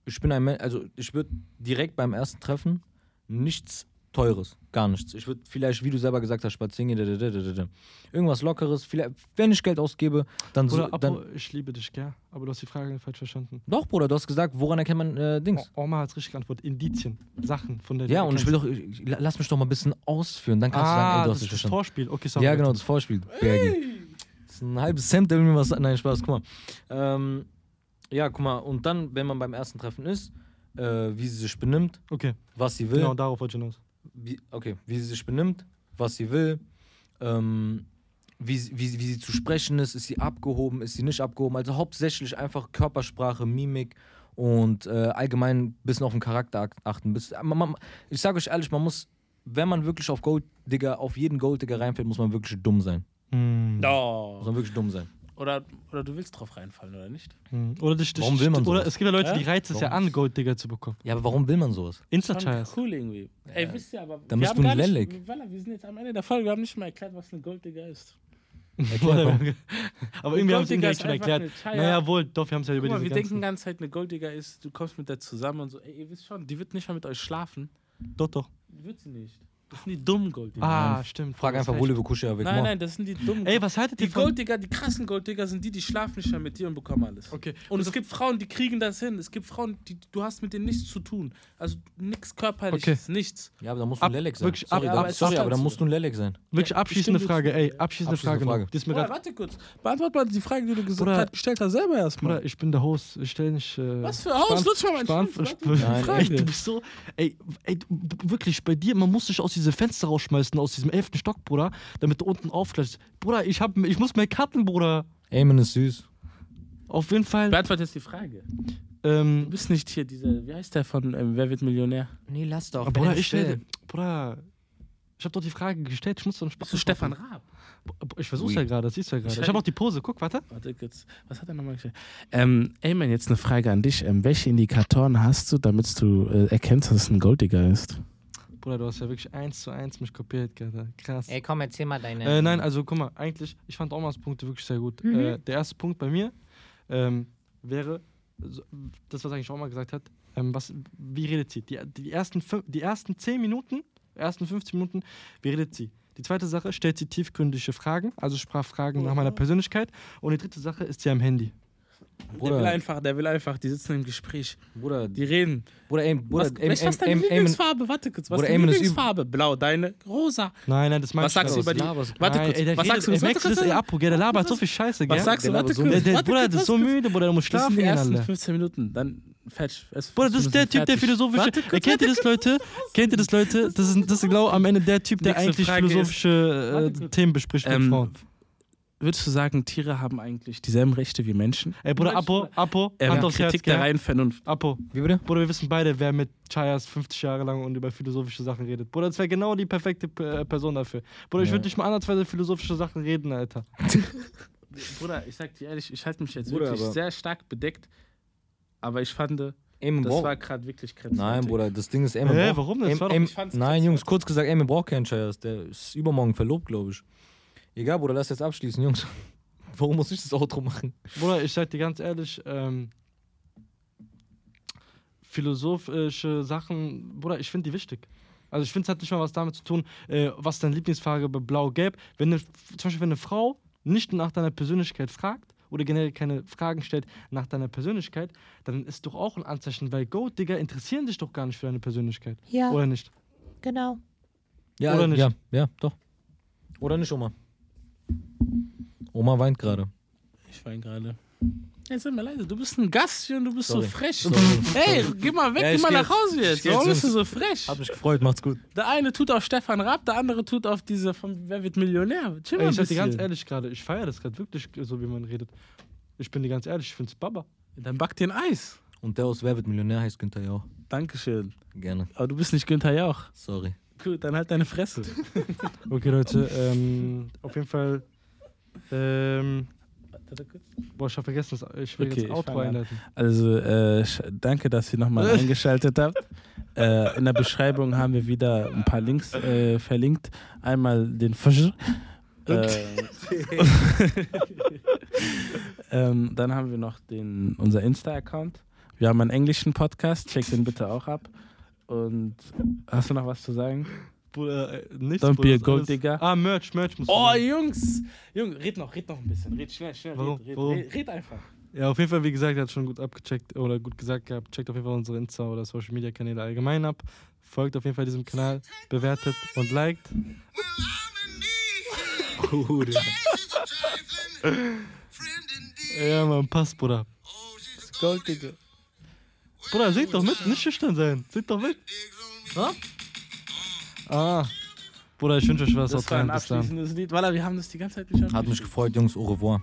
ich bin ein Mensch, also ich würde direkt beim ersten Treffen nichts Teures, gar nichts. Ich würde vielleicht, wie du selber gesagt hast, spazieren gehen, da, da, da, da, da. irgendwas Lockeres, vielleicht, wenn ich Geld ausgebe, dann so. Bruder, Dann, Apo, ich liebe dich, gell? Aber du hast die Frage falsch verstanden. doch, Bruder, du hast gesagt, woran erkennt man äh, Dings? O- Oma hat richtig geantwortet. Indizien, Sachen von der. Ja, und ich will doch. doch, ich, la- lass mich doch mal ein bisschen ausführen, dann Ah, kannst du sagen, ey, das du hast ist das dich verstanden. Vorspiel. Okay, sorry. ja, genau, das Vorspiel. Bergi. Das ist ein halbes Cent, der will mir was. Nein, Spaß, guck mal. Ähm, ja, guck mal, und dann, wenn man beim ersten Treffen ist, äh, wie sie sich benimmt, Okay, was sie will, genau darauf wollte ich hinaus. wie, okay, wie sie sich benimmt, was sie will, ähm, wie, sie- wie, sie- wie sie zu sprechen ist, ist sie abgehoben, ist sie nicht abgehoben. Also hauptsächlich einfach Körpersprache, Mimik und äh, allgemein ein bisschen auf den Charakter ak- achten. Bis, man, man, ich sage euch ehrlich, man muss, wenn man wirklich auf Gold Digger, auf jeden Gold Digger reinfällt, muss man wirklich dumm sein. Hm. Mhm. Oh. Muss man wirklich dumm sein. Oder, oder du willst drauf reinfallen, oder nicht? Mhm. Oder, dich, dich- Warum will man oder sowas? es gibt ja Leute, die Hä? reizt es ja an, Golddigger zu bekommen. Ja, aber warum will man sowas? Schon Insta-Child. cool irgendwie. Ey, wisst ihr aber. Dann wir bist haben du gar ein nicht- Lelek. Walla, wir sind jetzt am Ende der Folge. Wir haben nicht mal erklärt, was ein Golddigger ist. genau. Aber irgendwie haben sie Golddigger es ist schon einfach erklärt. eine Chaya. Naja, wohl, doch, wir haben es ja über Guck mal, diese wir ganzen... denken die ganze Zeit, eine Golddigger ist, du kommst mit der zusammen und so. Ey, ihr wisst schon, die wird nicht mal mit euch schlafen. doch, doch. Wird sie nicht. Das sind die dummen Golddigger. Ah, stimmt. Frag das einfach, heißt- wo wir Kusche avec nein, moi. nein, das sind die dummen Ey, was haltet Die ihr von... Golddigger, die krassen Golddigger sind die, die schlafen nicht mehr mit dir und bekommen alles. Okay. Also Und es gibt Frauen, die kriegen das hin. Es gibt Frauen, die du hast mit denen nichts zu tun. Also nichts körperliches, nichts. Ja, aber da musst du Ab- ein Lelek sein. wirklich sorry, ab- da, ab- sorry aber da Abstand musst du ein Lelek sein. Wirklich abschließende bestimmt. Frage, ey. Abschließende, Abschließende Frage. Frage. noch. Die ist mir Bruder, gerade... warte kurz. Beantwort mal die Frage, die du gesagt Bruder. hast, gestellt hast, selber erstmal. Bruder, ich bin der Host. Ich stell nicht... Äh, Was für Haus? Lutsch mal meinen Spanf Schwanz, und warte, die Sp- Nein, Ey, Frage. du bist so. Ey, ey, du- du- wirklich, bei dir, man muss dich aus diesem Fenster rausschmeißen, aus diesem elften Stock, Bruder, damit du unten aufklatscht. Bruder, ich, hab, ich muss mehr cutten, Bruder. Eamon ist süß. Auf jeden Fall. Beantwort jetzt die Frage. Du Ähm, bist nicht hier dieser, wie heißt der von ähm, Wer wird Millionär? Nee, lass doch. aber Bruder, ich stell. Bruder. Ich hab doch die Frage gestellt, ich muss doch Bist du Stefan Raab? Ich versuch's Ui. ja gerade, das siehst du ja gerade. Ich hab auch die Pose, guck, warte. Warte kurz, was hat er nochmal gestellt? Ähm, Eamon, jetzt eine Frage an dich. Ähm, welche Indikatoren hast du, damit du äh, erkennst, dass es ein Golddigger ist? Bruder, du hast ja wirklich eins zu eins mich kopiert, gerade. Krass. Ey, komm, erzähl mal deine. Äh, nein, also guck mal, eigentlich, ich fand Omas Punkte wirklich sehr gut. Äh, der erste Punkt bei mir ähm, wäre, so, das, was eigentlich Oma gesagt hat, ähm, was, wie redet sie? Die, die, ersten, fün- die ersten 10 Minuten, ersten 15 Minuten, wie redet sie? Die zweite Sache, stellt sie tiefgründige Fragen, also Sprachfragen nach meiner Persönlichkeit. Und die dritte Sache ist sie am Handy. Der will Bruder, einfach, der will einfach, die sitzen im Gespräch. Bruder, Die reden. Bruder, Eamon, Bruder, was, weißt du, was ist deine Eamon- Lieblingsfarbe? Warte kurz. Was Bruder, ist deine Eamon ist üb- Lieblingsfarbe? Blau, deine rosa. Nein, nein, das meinst Was sagst du was über die. laberst du? Warte Nein, kurz. ey, der was redet, sagst du? ey, Was merkst sagst du du? das? Ey, Was Apo, der labert so viel Scheiße, gell? sagst du? Der Warte labert so kurz. der, der, warte Bruder, kurz, der ist so warte kurz. müde, Bruder, der muss Das schlafen sind die gehen, ersten alle. 15 Minuten. Dann fertig. Es- Bruder, das wir ist der sind Typ, der fertig. philosophische. Warte kurz, Erkennt ihr das, Leute? Kennt ihr das, Leute? Das ist, das ist genau am Ende der Typ, der Nächste eigentlich Frage philosophische Warte äh, kurz. Themen bespricht mit Ähm, Frauen. Würdest du sagen, Tiere haben eigentlich dieselben Rechte wie Menschen? Ey, Bruder, Mensch, Apo, Apo, Ähm, Hand aufs Herz, Kritik der gell? reinen Vernunft. Apo. Wie bitte? Bruder, wir wissen beide, wer mit Chayas 50 Jahre lang und über philosophische Sachen redet. Bruder, das wäre genau die perfekte äh, Person dafür. Bruder, ich Ja. würde nicht mal andersweise philosophische Sachen reden, Alter. Bruder, ich sag dir ehrlich, ich halte mich jetzt Bruder, wirklich aber- sehr stark bedeckt. Aber ich fand, das Eamon war braucht. gerade wirklich grenzwertig. Nein, Bruder, das Ding ist Eamon. Hä, braucht- warum denn? Das Eamon- war doch- Eamon- Ich fand's Nein, ganz Jungs, kurz gesagt, Eamon braucht keinen Chayas. Der ist übermorgen verlobt, glaube ich. Egal, Bruder, lass jetzt abschließen, Jungs. Warum muss ich das Outro machen? Bruder, ich sag dir ganz ehrlich, ähm, philosophische Sachen, Bruder, ich finde die wichtig. Also ich finde, es hat nicht mal was damit zu tun, äh, was deine Lieblingsfarbe bei Blau-Gelb. Wenn eine, zum Beispiel, wenn eine Frau nicht nach deiner Persönlichkeit fragt oder generell keine Fragen stellt nach deiner Persönlichkeit, dann ist doch auch ein Anzeichen, weil Goat, Digga, interessieren dich doch gar nicht für deine Persönlichkeit. ja, Oder nicht? genau. Ja, Oder nicht? Ja, ja, doch. Oder nicht, Oma? Oma weint gerade. Ich weine gerade. Jetzt sei mal leise, du bist ein Gast hier und du bist Sorry. so frech. Sorry. Hey, geh mal weg, Ja, geh ich mal geh nach jetzt. Hause Ich jetzt. geh jetzt Warum bist du ins- so frech? Hab mich gefreut, macht's gut. Der eine tut auf Stefan Raab, der andere tut auf diese von Wer wird Millionär? Chill mal Ey, ein ich sag dir bisschen. ganz ehrlich gerade, ich feiere das gerade wirklich, so wie man redet. Ich bin dir ganz ehrlich, ich find's Baba. Dann back dir ein Eis. Und der aus Wer wird Millionär heißt Günther Jauch. Dankeschön. Gerne. Aber du bist nicht Günther Jauch. Sorry. Gut, dann halt deine Fresse. Okay, Leute, ähm, auf jeden Fall. Ähm, boah, ich hab vergessen, das, ich will Okay, jetzt ich Outro fang an. einleiten. Also, äh, sch- danke, dass ihr nochmal eingeschaltet habt. Äh, in der Beschreibung haben wir wieder ein paar Links äh, verlinkt. Einmal den Fisch. Äh, ähm, dann haben wir noch den, unser Insta-Account. Wir haben einen englischen Podcast. Check den bitte auch ab. Und hast du noch was zu sagen? Bruder, äh, nichts. Don't be a das ist gold alles- digger. Ah, Merch, Merch muss. Oh, man- Jungs! Jungs, red noch, red noch ein bisschen. Red schnell, schnell. Warum? Red, red, Warum? red, red einfach. Ja, auf jeden Fall, wie gesagt, er hat schon gut abgecheckt oder gut gesagt gehabt. Checkt auf jeden Fall unsere Insta- oder Social Media Kanäle allgemein ab. Folgt auf jeden Fall diesem Kanal, bewertet und liked. Bruder. Ja, man, passt, Bruder. Gold, Digga. Bruder, seht doch mit, nicht schüchtern sein. Seht doch mit. Ah. Bruder, ich wünsche euch was. Das haut war ein rein, bis dann. abschließendes Lied. Walla, wir haben das die ganze Zeit nicht Hat mich gefreut, Jungs. Au revoir.